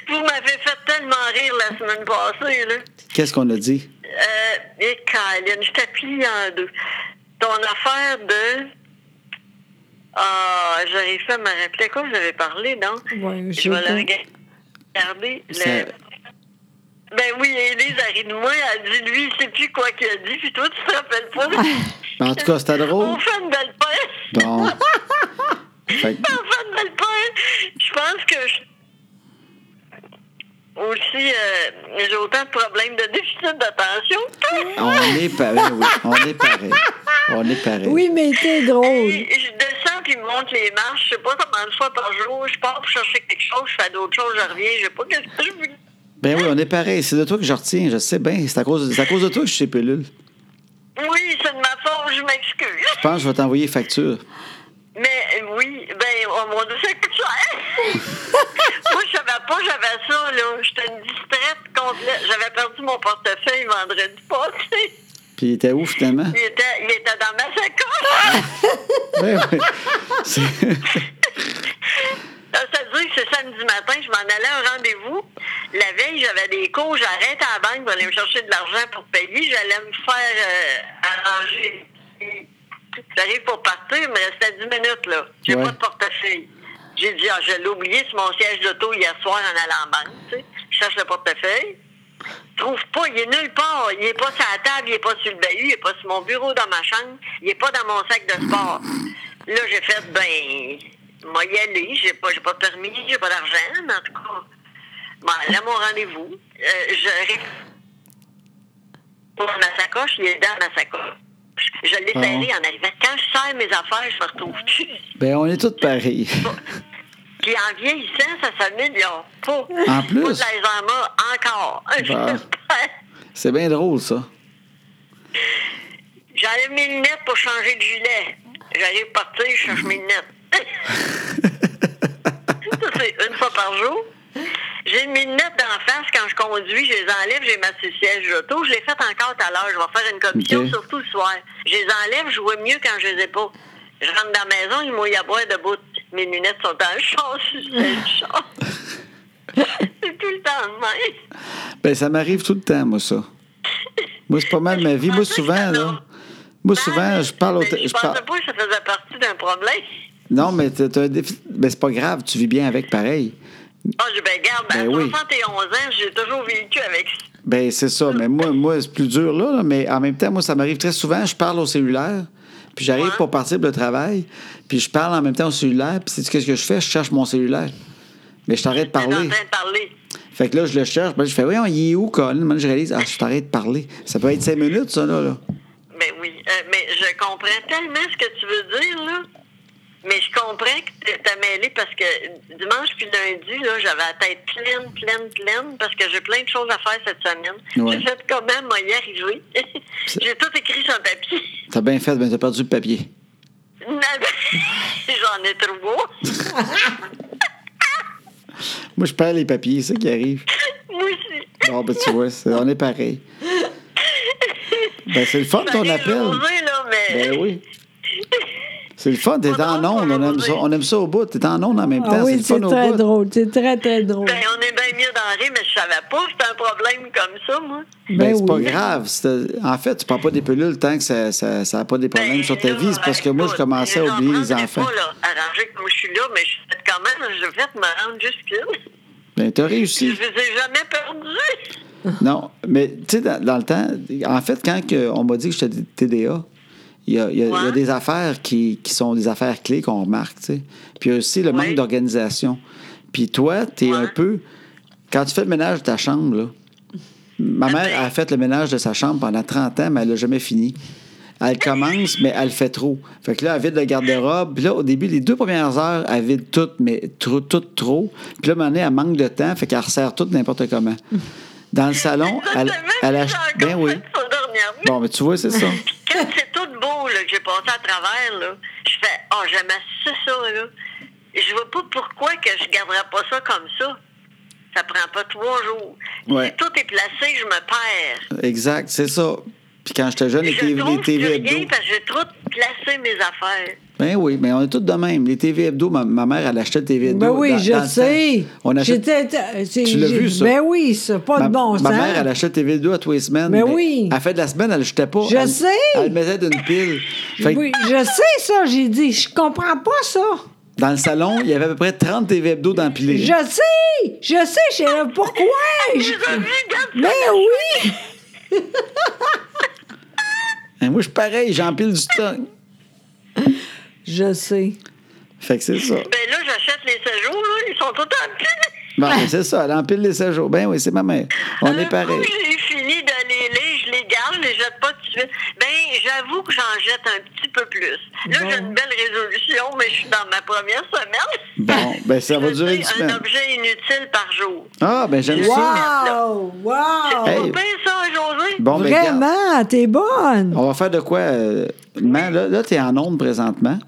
[SPEAKER 4] Vous m'avez fait tellement rire la semaine passée, là.
[SPEAKER 1] Qu'est-ce qu'on a dit?
[SPEAKER 4] Euh, et Colin, je t'ai plié en deux. Ton affaire de. Ah, j'arrive pas à me rappeler quoi vous avez parlé, non?
[SPEAKER 2] Ouais, je
[SPEAKER 4] je vais
[SPEAKER 2] sais
[SPEAKER 4] la regarder. le-
[SPEAKER 1] Ça-
[SPEAKER 4] Ben oui, Élise, elle rit de moi. Elle dit, lui, il sait plus quoi qu'il a dit, puis toi, tu te rappelles pas.
[SPEAKER 1] Ben, en tout cas, c'était drôle.
[SPEAKER 4] On fait une belle paire.
[SPEAKER 1] Bon. Fait que-
[SPEAKER 4] Enfin, de le faire. Je pense que je... Aussi, euh, j'ai autant de problèmes de déficit d'attention.
[SPEAKER 1] on est pareil, oui. On est pareil. On est pareil.
[SPEAKER 2] Oui, mais t'es drôle.
[SPEAKER 4] Et je descends puis monte les marches, je sais pas combien de fois par jour, je pars pour chercher quelque chose, je fais d'autres choses, je reviens, je sais pas qu'est-ce que je veux.
[SPEAKER 1] Ben oui, on est pareil. C'est de toi que je retiens. Je sais bien. C'est à cause, c'est à cause de toi que je suis chez Pilule.
[SPEAKER 4] Oui, c'est de ma faute, je m'excuse.
[SPEAKER 1] Je pense que je vais t'envoyer facture.
[SPEAKER 4] Mais euh, oui, ben, oh mon Dieu, ça coûte cher. Moi, je savais pas, j'avais ça, là. J'étais une distraite complète. J'avais perdu mon portefeuille vendredi passé.
[SPEAKER 1] Puis il était où finalement?
[SPEAKER 4] Il était, il était dans ma sacoche.
[SPEAKER 1] Ben oui. C'est-
[SPEAKER 4] Ça veut dire que ce samedi matin, je m'en allais à un rendez-vous. La veille, j'avais des cours, j'arrête à la banque pour aller me chercher de l'argent pour payer. J'allais me faire euh, arranger. J'arrive pour partir, il me restait 10 minutes, là. J'ai
[SPEAKER 1] Ouais.
[SPEAKER 4] pas de portefeuille. J'ai dit, ah, je l'ai oublié sur mon siège d'auto hier soir en allant en banque, tu sais. Je cherche le portefeuille. trouve pas, il est nulle part. Il est pas sur la table, il est pas sur le bahut, il est pas sur mon bureau dans ma chambre, il est pas dans mon sac de sport. Là, j'ai fait, ben, moi y aller, j'ai pas, j'ai pas de permis, j'ai pas d'argent, mais en tout cas. Bon, là, mon rendez-vous, euh, je pour ma sacoche, il est dans ma sacoche. Je l'ai
[SPEAKER 1] Ah.
[SPEAKER 4] serré en arrivant. Quand je serre mes affaires, je me retrouve plus.
[SPEAKER 1] ben on est tous pareils.
[SPEAKER 4] Puis en vieillissant, ça s'améliore pas.
[SPEAKER 1] En plus?
[SPEAKER 4] Moi, je les en ai encore.
[SPEAKER 1] Bah. C'est bien drôle, ça.
[SPEAKER 4] J'enlève mes lunettes pour changer de gilet. J'arrive partir, je cherche mes lunettes. Ça, c'est une fois par jour. J'ai mes lunettes d'en face quand je conduis, je les enlève, j'ai ma siège d'auto. Je l'ai faite encore tout à l'heure. Je vais faire une commission,
[SPEAKER 1] Ok.
[SPEAKER 4] surtout le soir. Je les enlève, je vois mieux quand je les ai pas. Je rentre dans la maison, ils mouillent à boire debout. Mes lunettes sont dans le char, je suis dans le char. C'est tout le temps de même.
[SPEAKER 1] Ben ça m'arrive tout le temps, moi, ça. Moi, c'est pas mal
[SPEAKER 4] Je
[SPEAKER 1] ma vie. Moi,
[SPEAKER 4] pensais que
[SPEAKER 1] souvent, là.
[SPEAKER 4] ça leur-
[SPEAKER 1] Moi, souvent, je parle au.
[SPEAKER 4] Mais
[SPEAKER 1] tél-
[SPEAKER 4] Je
[SPEAKER 1] je parle-
[SPEAKER 4] pensais pas que ça faisait partie d'un problème.
[SPEAKER 1] Non, mais t'as- t'as un défi- ben, c'est pas grave, tu vis bien avec pareil.
[SPEAKER 4] Ah, je ben, garde, à
[SPEAKER 1] Ben oui.
[SPEAKER 4] 71 ans, j'ai toujours vécu avec ça.
[SPEAKER 1] Ben, c'est ça. Mais moi, moi c'est plus dur, là, là, Mais en même temps, moi, ça m'arrive très souvent. Je parle au cellulaire, puis j'arrive
[SPEAKER 4] Ouais.
[SPEAKER 1] pour partir pour le travail, puis je parle en même temps au cellulaire, puis c'est qu'est-ce que je fais? Je cherche mon cellulaire. Mais je t'arrête de
[SPEAKER 4] T'es
[SPEAKER 1] parler.
[SPEAKER 4] en train de parler.
[SPEAKER 1] Fait que là, je le cherche. Ben, je fais, voyons, il est où, Colin? Maintenant, je réalise, ah, je t'arrête de parler. Ça peut être cinq minutes, ça, là. là.
[SPEAKER 4] Ben oui. Euh, mais je comprends tellement ce que tu veux dire, là. Mais je comprends que t'es- t'as mêlé parce que dimanche puis lundi, là, j'avais la tête pleine, pleine, pleine parce que j'ai plein de choses à faire cette semaine.
[SPEAKER 1] Ouais.
[SPEAKER 4] J'ai fait comment moi y arriver. j'ai tout écrit sur papier.
[SPEAKER 1] T'as bien fait, ben, t'as perdu le papier.
[SPEAKER 4] Non, ben, J'en ai trop beau.
[SPEAKER 1] Moi, je perds les papiers, c'est ça qui arrive.
[SPEAKER 4] Moi aussi.
[SPEAKER 1] Bon, ben, tu vois, c'est- on est pareil. Ben, c'est le fun, ton
[SPEAKER 4] Fallait
[SPEAKER 1] appel.
[SPEAKER 4] oser, là, mais...
[SPEAKER 1] Ben oui. C'est le fun, t'es
[SPEAKER 4] Pas
[SPEAKER 1] en
[SPEAKER 4] drôle,
[SPEAKER 1] onde, on
[SPEAKER 4] pas
[SPEAKER 1] aime ça,
[SPEAKER 4] drôle.
[SPEAKER 1] on aime ça au bout, t'es en onde en même temps,
[SPEAKER 2] Ah
[SPEAKER 1] c'est
[SPEAKER 2] oui,
[SPEAKER 1] le fun
[SPEAKER 2] c'est
[SPEAKER 1] au
[SPEAKER 2] très
[SPEAKER 1] bout.
[SPEAKER 2] drôle. C'est très, très drôle.
[SPEAKER 4] Ben, on est bien mieux dans rire, mais je savais pas que c'était un problème comme ça, moi.
[SPEAKER 1] Ben,
[SPEAKER 2] Ben
[SPEAKER 1] c'est pas
[SPEAKER 2] oui.
[SPEAKER 1] grave. c'est- En fait, tu prends pas des pilules tant que ça n'a ça, ça a pas des problèmes
[SPEAKER 4] Ben,
[SPEAKER 1] sur ta
[SPEAKER 4] là,
[SPEAKER 1] vie. C'est parce que moi, je
[SPEAKER 4] écoute,
[SPEAKER 1] commençais à
[SPEAKER 4] j'en
[SPEAKER 1] oublier les
[SPEAKER 4] prendrais
[SPEAKER 1] enfants.
[SPEAKER 4] Pas, là, arrangé que moi, je suis là, mais je suis faite quand même, je vais me rendre jusque-là.
[SPEAKER 1] Ben, t'as
[SPEAKER 4] Je
[SPEAKER 1] réussi.
[SPEAKER 4] les ai jamais perdus.
[SPEAKER 1] Non, mais tu sais, dans, dans le temps, en fait, quand que on m'a dit que j'étais TDA, il y a, il y a- il y a
[SPEAKER 4] Ouais.
[SPEAKER 1] des affaires qui, qui sont des affaires clés qu'on remarque, tu sais. Puis il y a aussi le
[SPEAKER 4] Ouais.
[SPEAKER 1] manque d'organisation. Puis toi, tu es
[SPEAKER 4] Ouais.
[SPEAKER 1] un peu. Quand tu fais le ménage de ta chambre, là, ma mère a fait le ménage de sa chambre pendant 30 ans, mais elle l'a jamais fini. Elle commence, mais elle fait trop. Fait que là, elle vide le garde-robe. Puis là, au début, les deux premières heures, elle vide tout, mais trop, tout trop. Puis là, à un moment donné, elle manque de temps, fait qu'elle resserre tout n'importe comment. Dans le salon, elle,
[SPEAKER 4] Exactement,
[SPEAKER 1] elle
[SPEAKER 4] j'ai
[SPEAKER 1] ach-
[SPEAKER 4] encore
[SPEAKER 1] Ben oui.
[SPEAKER 4] fait ça dernièrement.
[SPEAKER 1] Bon, mais tu vois, c'est ça.
[SPEAKER 4] Quand c'est tout beau là, que j'ai passé à travers, là, je fais Oh, j'aimais ça, ça, là. Je vois pas pourquoi que je garderais pas ça comme ça. Ça prend pas trois jours.
[SPEAKER 1] Ouais.
[SPEAKER 4] Si tout est placé, je me perds.
[SPEAKER 1] Exact, c'est ça. Puis quand j'étais jeune, les
[SPEAKER 4] je
[SPEAKER 1] TV,
[SPEAKER 4] trouve
[SPEAKER 1] les TV
[SPEAKER 4] plus
[SPEAKER 1] hebdo.
[SPEAKER 4] rien parce que j'ai trop placé mes affaires.
[SPEAKER 1] Ben oui, mais on est tous de même. Les TV hebdo, ma, ma mère, elle achetait TV hebdo.
[SPEAKER 2] Ben oui,
[SPEAKER 1] dans-
[SPEAKER 2] je
[SPEAKER 1] dans le temps.
[SPEAKER 2] sais.
[SPEAKER 1] On achète...
[SPEAKER 2] J'étais- euh, c'est-
[SPEAKER 1] Tu l'as
[SPEAKER 2] j'ai-
[SPEAKER 1] vu, ça?
[SPEAKER 2] Ben oui, c'est pas
[SPEAKER 1] Ma,
[SPEAKER 2] de bon sens.
[SPEAKER 1] ma mère, elle achetait TV hebdo à tous les semaines.
[SPEAKER 2] Mais oui.
[SPEAKER 1] À la fin de la semaine, elle ne jetait pas.
[SPEAKER 2] Je
[SPEAKER 1] elle,
[SPEAKER 2] sais.
[SPEAKER 1] Elle le mettait d'une pile. Fait que
[SPEAKER 2] Oui, je sais ça, j'ai dit. Je comprends pas ça.
[SPEAKER 1] dans le salon, il y avait à peu près 30 TV hebdo d'empilés.
[SPEAKER 2] Je sais, je sais, je sais pourquoi.
[SPEAKER 4] Je les ai
[SPEAKER 2] Je-
[SPEAKER 4] vus, regarde
[SPEAKER 2] Ben oui!
[SPEAKER 1] Et Moi, je suis pareil, j'empile du temps.
[SPEAKER 2] Je sais.
[SPEAKER 1] Fait que c'est ça.
[SPEAKER 4] Ben là, j'achète les séjours, là, ils sont tout en pile.
[SPEAKER 1] Bon, mais c'est ça, elle empile les séjours. Ben oui, c'est ma mère. On est pareil.
[SPEAKER 4] Quand j'ai fini de les lire, je les garde, je les jette pas tout de suite. Ben, j'avoue que j'en jette un petit peu plus. Là,
[SPEAKER 2] Bon.
[SPEAKER 4] j'ai une belle résolution, mais je suis dans ma première semaine.
[SPEAKER 1] Bon, ben ça va
[SPEAKER 4] Je
[SPEAKER 1] durer une
[SPEAKER 4] dis, Un
[SPEAKER 1] semaine.
[SPEAKER 4] objet inutile par jour.
[SPEAKER 1] Ah, ben j'aime ça.
[SPEAKER 2] Wow! Wow!
[SPEAKER 1] Hey.
[SPEAKER 4] C'est pas bien ça, hein, José?
[SPEAKER 1] Bon, ben, regarde.
[SPEAKER 2] Vraiment, t'es bonne!
[SPEAKER 1] On va faire de quoi? euh, man, là, là tu es en onde présentement.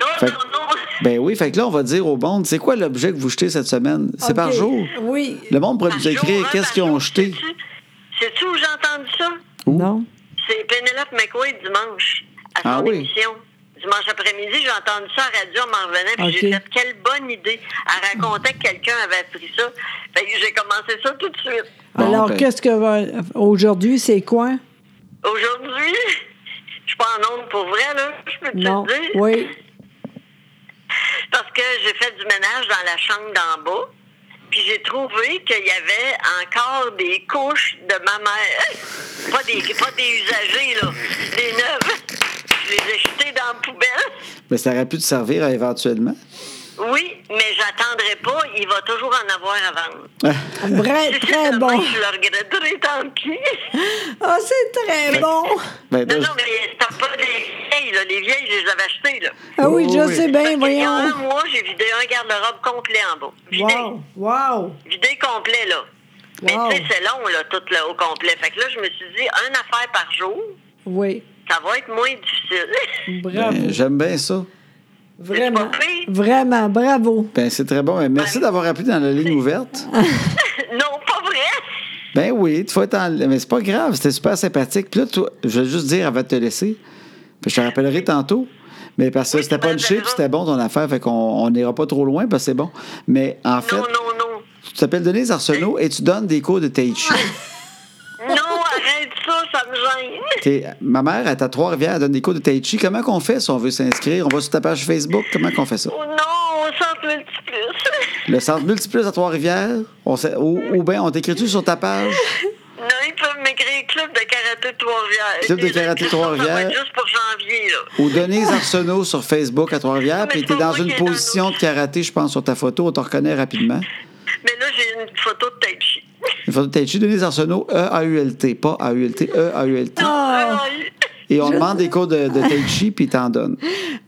[SPEAKER 4] Non,
[SPEAKER 1] Fait-
[SPEAKER 4] non, non.
[SPEAKER 1] Ben oui, fait que là, on va dire au monde, c'est quoi l'objet que vous jetez cette semaine? C'est par
[SPEAKER 2] Ok.
[SPEAKER 1] jour.
[SPEAKER 2] Oui.
[SPEAKER 1] Le monde pourrait
[SPEAKER 4] Par
[SPEAKER 1] nous écrire
[SPEAKER 4] jour, hein,
[SPEAKER 1] qu'est-ce
[SPEAKER 4] par
[SPEAKER 1] qu'ils ont
[SPEAKER 4] jour.
[SPEAKER 1] jeté.
[SPEAKER 4] Sais-tu- Sais-tu où j'ai entendu ça?
[SPEAKER 2] Non.
[SPEAKER 4] C'est Penelope McQuaid dimanche, à son
[SPEAKER 1] Ah oui.
[SPEAKER 4] émission. Dimanche après-midi, j'ai entendu ça à la radio, on m'en revenait, puis
[SPEAKER 2] Ok.
[SPEAKER 4] j'ai fait quelle bonne idée. Elle racontait que quelqu'un avait appris ça. Fait que j'ai commencé ça tout de suite.
[SPEAKER 1] Bon,
[SPEAKER 2] Alors,
[SPEAKER 1] ben.
[SPEAKER 2] qu'est-ce que va. Aujourd'hui, c'est quoi?
[SPEAKER 4] Aujourd'hui, je suis pas en onde pour vrai, là, je peux te
[SPEAKER 2] Non.
[SPEAKER 4] le dire.
[SPEAKER 2] Oui.
[SPEAKER 4] Parce que j'ai fait du ménage dans la chambre d'en bas. Puis j'ai trouvé qu'il y avait encore des couches de ma mère. Pas des, pas des usagées, là. Des neuves. Je les ai jetées dans la poubelle.
[SPEAKER 1] Mais Ben, ça aurait pu te servir euh, éventuellement.
[SPEAKER 4] Oui, mais j'attendrai pas. Il va toujours en avoir à vendre.
[SPEAKER 1] Ben,
[SPEAKER 2] Vrai,
[SPEAKER 4] Si c'est
[SPEAKER 2] très
[SPEAKER 4] demain,
[SPEAKER 2] bon.
[SPEAKER 4] Je le regretterai tant pis.
[SPEAKER 2] Ah, c'est très bon.
[SPEAKER 1] Ben, là,
[SPEAKER 4] Non,
[SPEAKER 1] je-
[SPEAKER 4] non, mais t'as pas des vieilles, là. Les vieilles, je les avais achetées, là.
[SPEAKER 2] Ah oui,
[SPEAKER 1] Oui,
[SPEAKER 2] je
[SPEAKER 1] oui.
[SPEAKER 2] sais
[SPEAKER 4] Parce
[SPEAKER 2] bien,
[SPEAKER 4] qu'il y a un
[SPEAKER 2] voyons.
[SPEAKER 4] mois, j'ai vidé un garde-robe complet en bas. Vidé.
[SPEAKER 2] Wow, wow.
[SPEAKER 4] Vidé complet, là.
[SPEAKER 2] Wow.
[SPEAKER 4] Mais tu sais, c'est long, là, tout le au complet. Fait que là, je me suis dit, une affaire par jour,
[SPEAKER 2] Oui,
[SPEAKER 4] ça va être moins difficile.
[SPEAKER 2] bravo.
[SPEAKER 1] ben, j'aime bien ça.
[SPEAKER 2] vraiment,
[SPEAKER 4] pas pire.
[SPEAKER 2] vraiment, bravo.
[SPEAKER 1] Ben, c'est très bon. Ben, merci d'avoir appelé dans la ligne ouverte.
[SPEAKER 4] non, pas vrai.
[SPEAKER 1] Ben oui, tu vas être en... Mais c'est pas grave, c'était super sympathique. Puis là, toi, je vais juste dire avant de te laisser, puis je te rappellerai tantôt, mais parce que
[SPEAKER 4] Oui,
[SPEAKER 1] c'était
[SPEAKER 4] tu me
[SPEAKER 1] punché, puis
[SPEAKER 4] rappelleras.
[SPEAKER 1] c'était bon ton affaire, fait qu'on on n'ira pas trop loin, parce que c'est bon. Mais en fait,
[SPEAKER 4] Non, non, non.
[SPEAKER 1] tu t'appelles Denise Arsenault et tu donnes des cours de Tai Chi.
[SPEAKER 4] Non, arrête ça, ça me
[SPEAKER 1] t'es- ma mère est à Trois-Rivières, elle donne des cours de Tai Chi. Comment qu'on fait si on veut s'inscrire? On va sur ta page Facebook. Comment qu'on fait ça?
[SPEAKER 4] Oh non, au centre multiplus.
[SPEAKER 1] Le centre Multiplus à Trois-Rivières, on sait- ou, ou bien on t'écrit-tu sur ta page?
[SPEAKER 4] non, ils peuvent m'écrire Club de karaté de Trois-Rivières.
[SPEAKER 1] Club de
[SPEAKER 4] Et là,
[SPEAKER 1] karaté de
[SPEAKER 4] ça, ça va
[SPEAKER 1] Trois-Rivières.
[SPEAKER 4] être juste pour janvier, là.
[SPEAKER 1] Ou Denise Arsenault sur Facebook à Trois-Rivières,
[SPEAKER 4] Mais
[SPEAKER 1] puis
[SPEAKER 4] c'est
[SPEAKER 1] t'es
[SPEAKER 4] pas
[SPEAKER 1] dans
[SPEAKER 4] moi
[SPEAKER 1] une
[SPEAKER 4] qui est dans
[SPEAKER 1] position de karaté, je pense, sur ta photo, on te reconnaît rapidement.
[SPEAKER 4] Mais là, j'ai une photo de Tai Chi.
[SPEAKER 1] Une photo de Tai Chi, Denise Arsenault, E E-A-U-L-T, pas A-U-L-T, E-A-U-L-T.
[SPEAKER 2] Ah,
[SPEAKER 1] Et on demande des cours de, de Tai Chi, puis t'en donnes.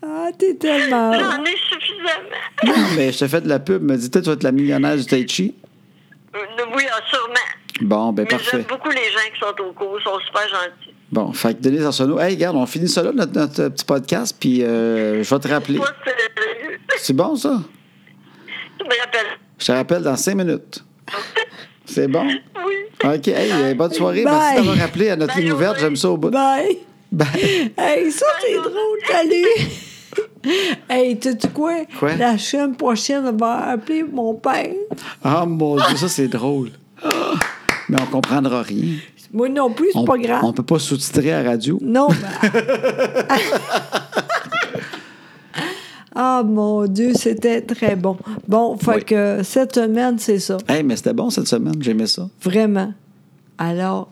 [SPEAKER 2] ah t'es tellement.
[SPEAKER 4] J'en ai suffisamment.
[SPEAKER 1] Non, mais je te fais de la pub, me dis, tu vas être la millionnaire du Tai Chi.
[SPEAKER 4] Euh, Oui, ah, sûrement.
[SPEAKER 1] Bon, ben
[SPEAKER 4] Mais j'aime
[SPEAKER 1] parfait.
[SPEAKER 4] beaucoup les gens qui sont au cours, ils sont super gentils.
[SPEAKER 1] Bon, fait que Denise Arsenault, hey, regarde, on finit ça là, notre, notre petit podcast, puis euh, je vais te rappeler.
[SPEAKER 4] Toi, c'est-
[SPEAKER 1] C'est bon, ça?
[SPEAKER 4] tu me rappelles.
[SPEAKER 1] Je te rappelle dans cinq minutes. C'est bon?
[SPEAKER 4] Oui.
[SPEAKER 1] OK, hey, euh, bonne soirée. Merci
[SPEAKER 2] Bye.
[SPEAKER 1] d'avoir appelé à notre
[SPEAKER 4] Bye,
[SPEAKER 1] ligne ouverte.
[SPEAKER 4] Audrey.
[SPEAKER 1] J'aime ça au bout.
[SPEAKER 2] Bye.
[SPEAKER 1] Bye.
[SPEAKER 2] Hey, ça, c'est drôle, salut! hey, tu sais quoi?
[SPEAKER 1] Quoi?
[SPEAKER 2] La semaine prochaine, on va appeler mon père.
[SPEAKER 1] Ah mon Dieu, ça c'est drôle. Mais on comprendra rien.
[SPEAKER 2] Moi non plus,
[SPEAKER 1] On,
[SPEAKER 2] c'est pas grave.
[SPEAKER 1] on peut pas sous-titrer à la radio.
[SPEAKER 2] Non, ben... Ah, mon Dieu, c'était très bon. Bon, fait
[SPEAKER 1] Oui.
[SPEAKER 2] que cette semaine, c'est ça.
[SPEAKER 1] Hey, mais c'était bon cette semaine, j'aimais ça.
[SPEAKER 2] Vraiment. Alors,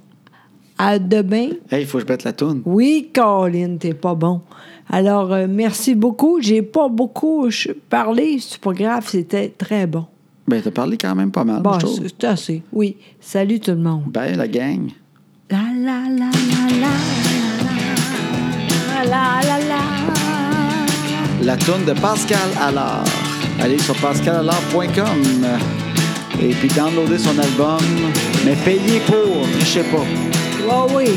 [SPEAKER 2] à demain.
[SPEAKER 1] Hey, il faut que je mette la toune.
[SPEAKER 2] Oui, Colin, t'es pas bon. Alors, euh, merci beaucoup. J'ai pas beaucoup ch- parlé, c'est pas grave, c'était très bon.
[SPEAKER 1] Ben, t'as parlé quand même pas mal,
[SPEAKER 2] Bon,
[SPEAKER 1] je trouve.
[SPEAKER 2] Bah, c'est assez. Oui. Salut tout le monde.
[SPEAKER 1] Ben, la gang.
[SPEAKER 2] La la la la la la la la la la.
[SPEAKER 1] La toune de Pascal Allard. Allez sur pascalallard.com et puis downloadez son album. Mais payez pour, trichez pas.
[SPEAKER 2] Oh oui.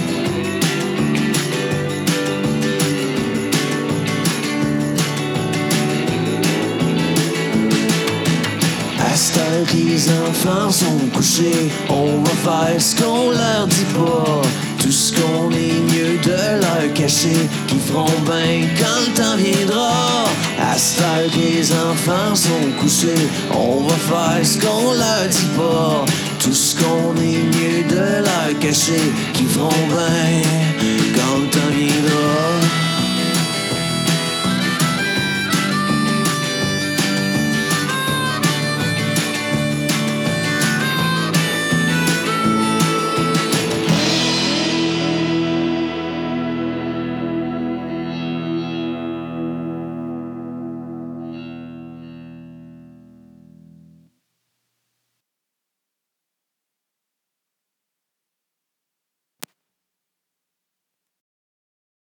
[SPEAKER 3] À cette heure que les enfants sont couchés, on va faire ce qu'on leur dit pas. Tout ce qu'on est mieux de leur cacher, qui feront bien quand le temps viendra. À cette heure que les enfants sont couchés, on va faire ce qu'on leur dit pas. Tout ce qu'on est mieux de leur cacher, qui feront bien quand le temps viendra.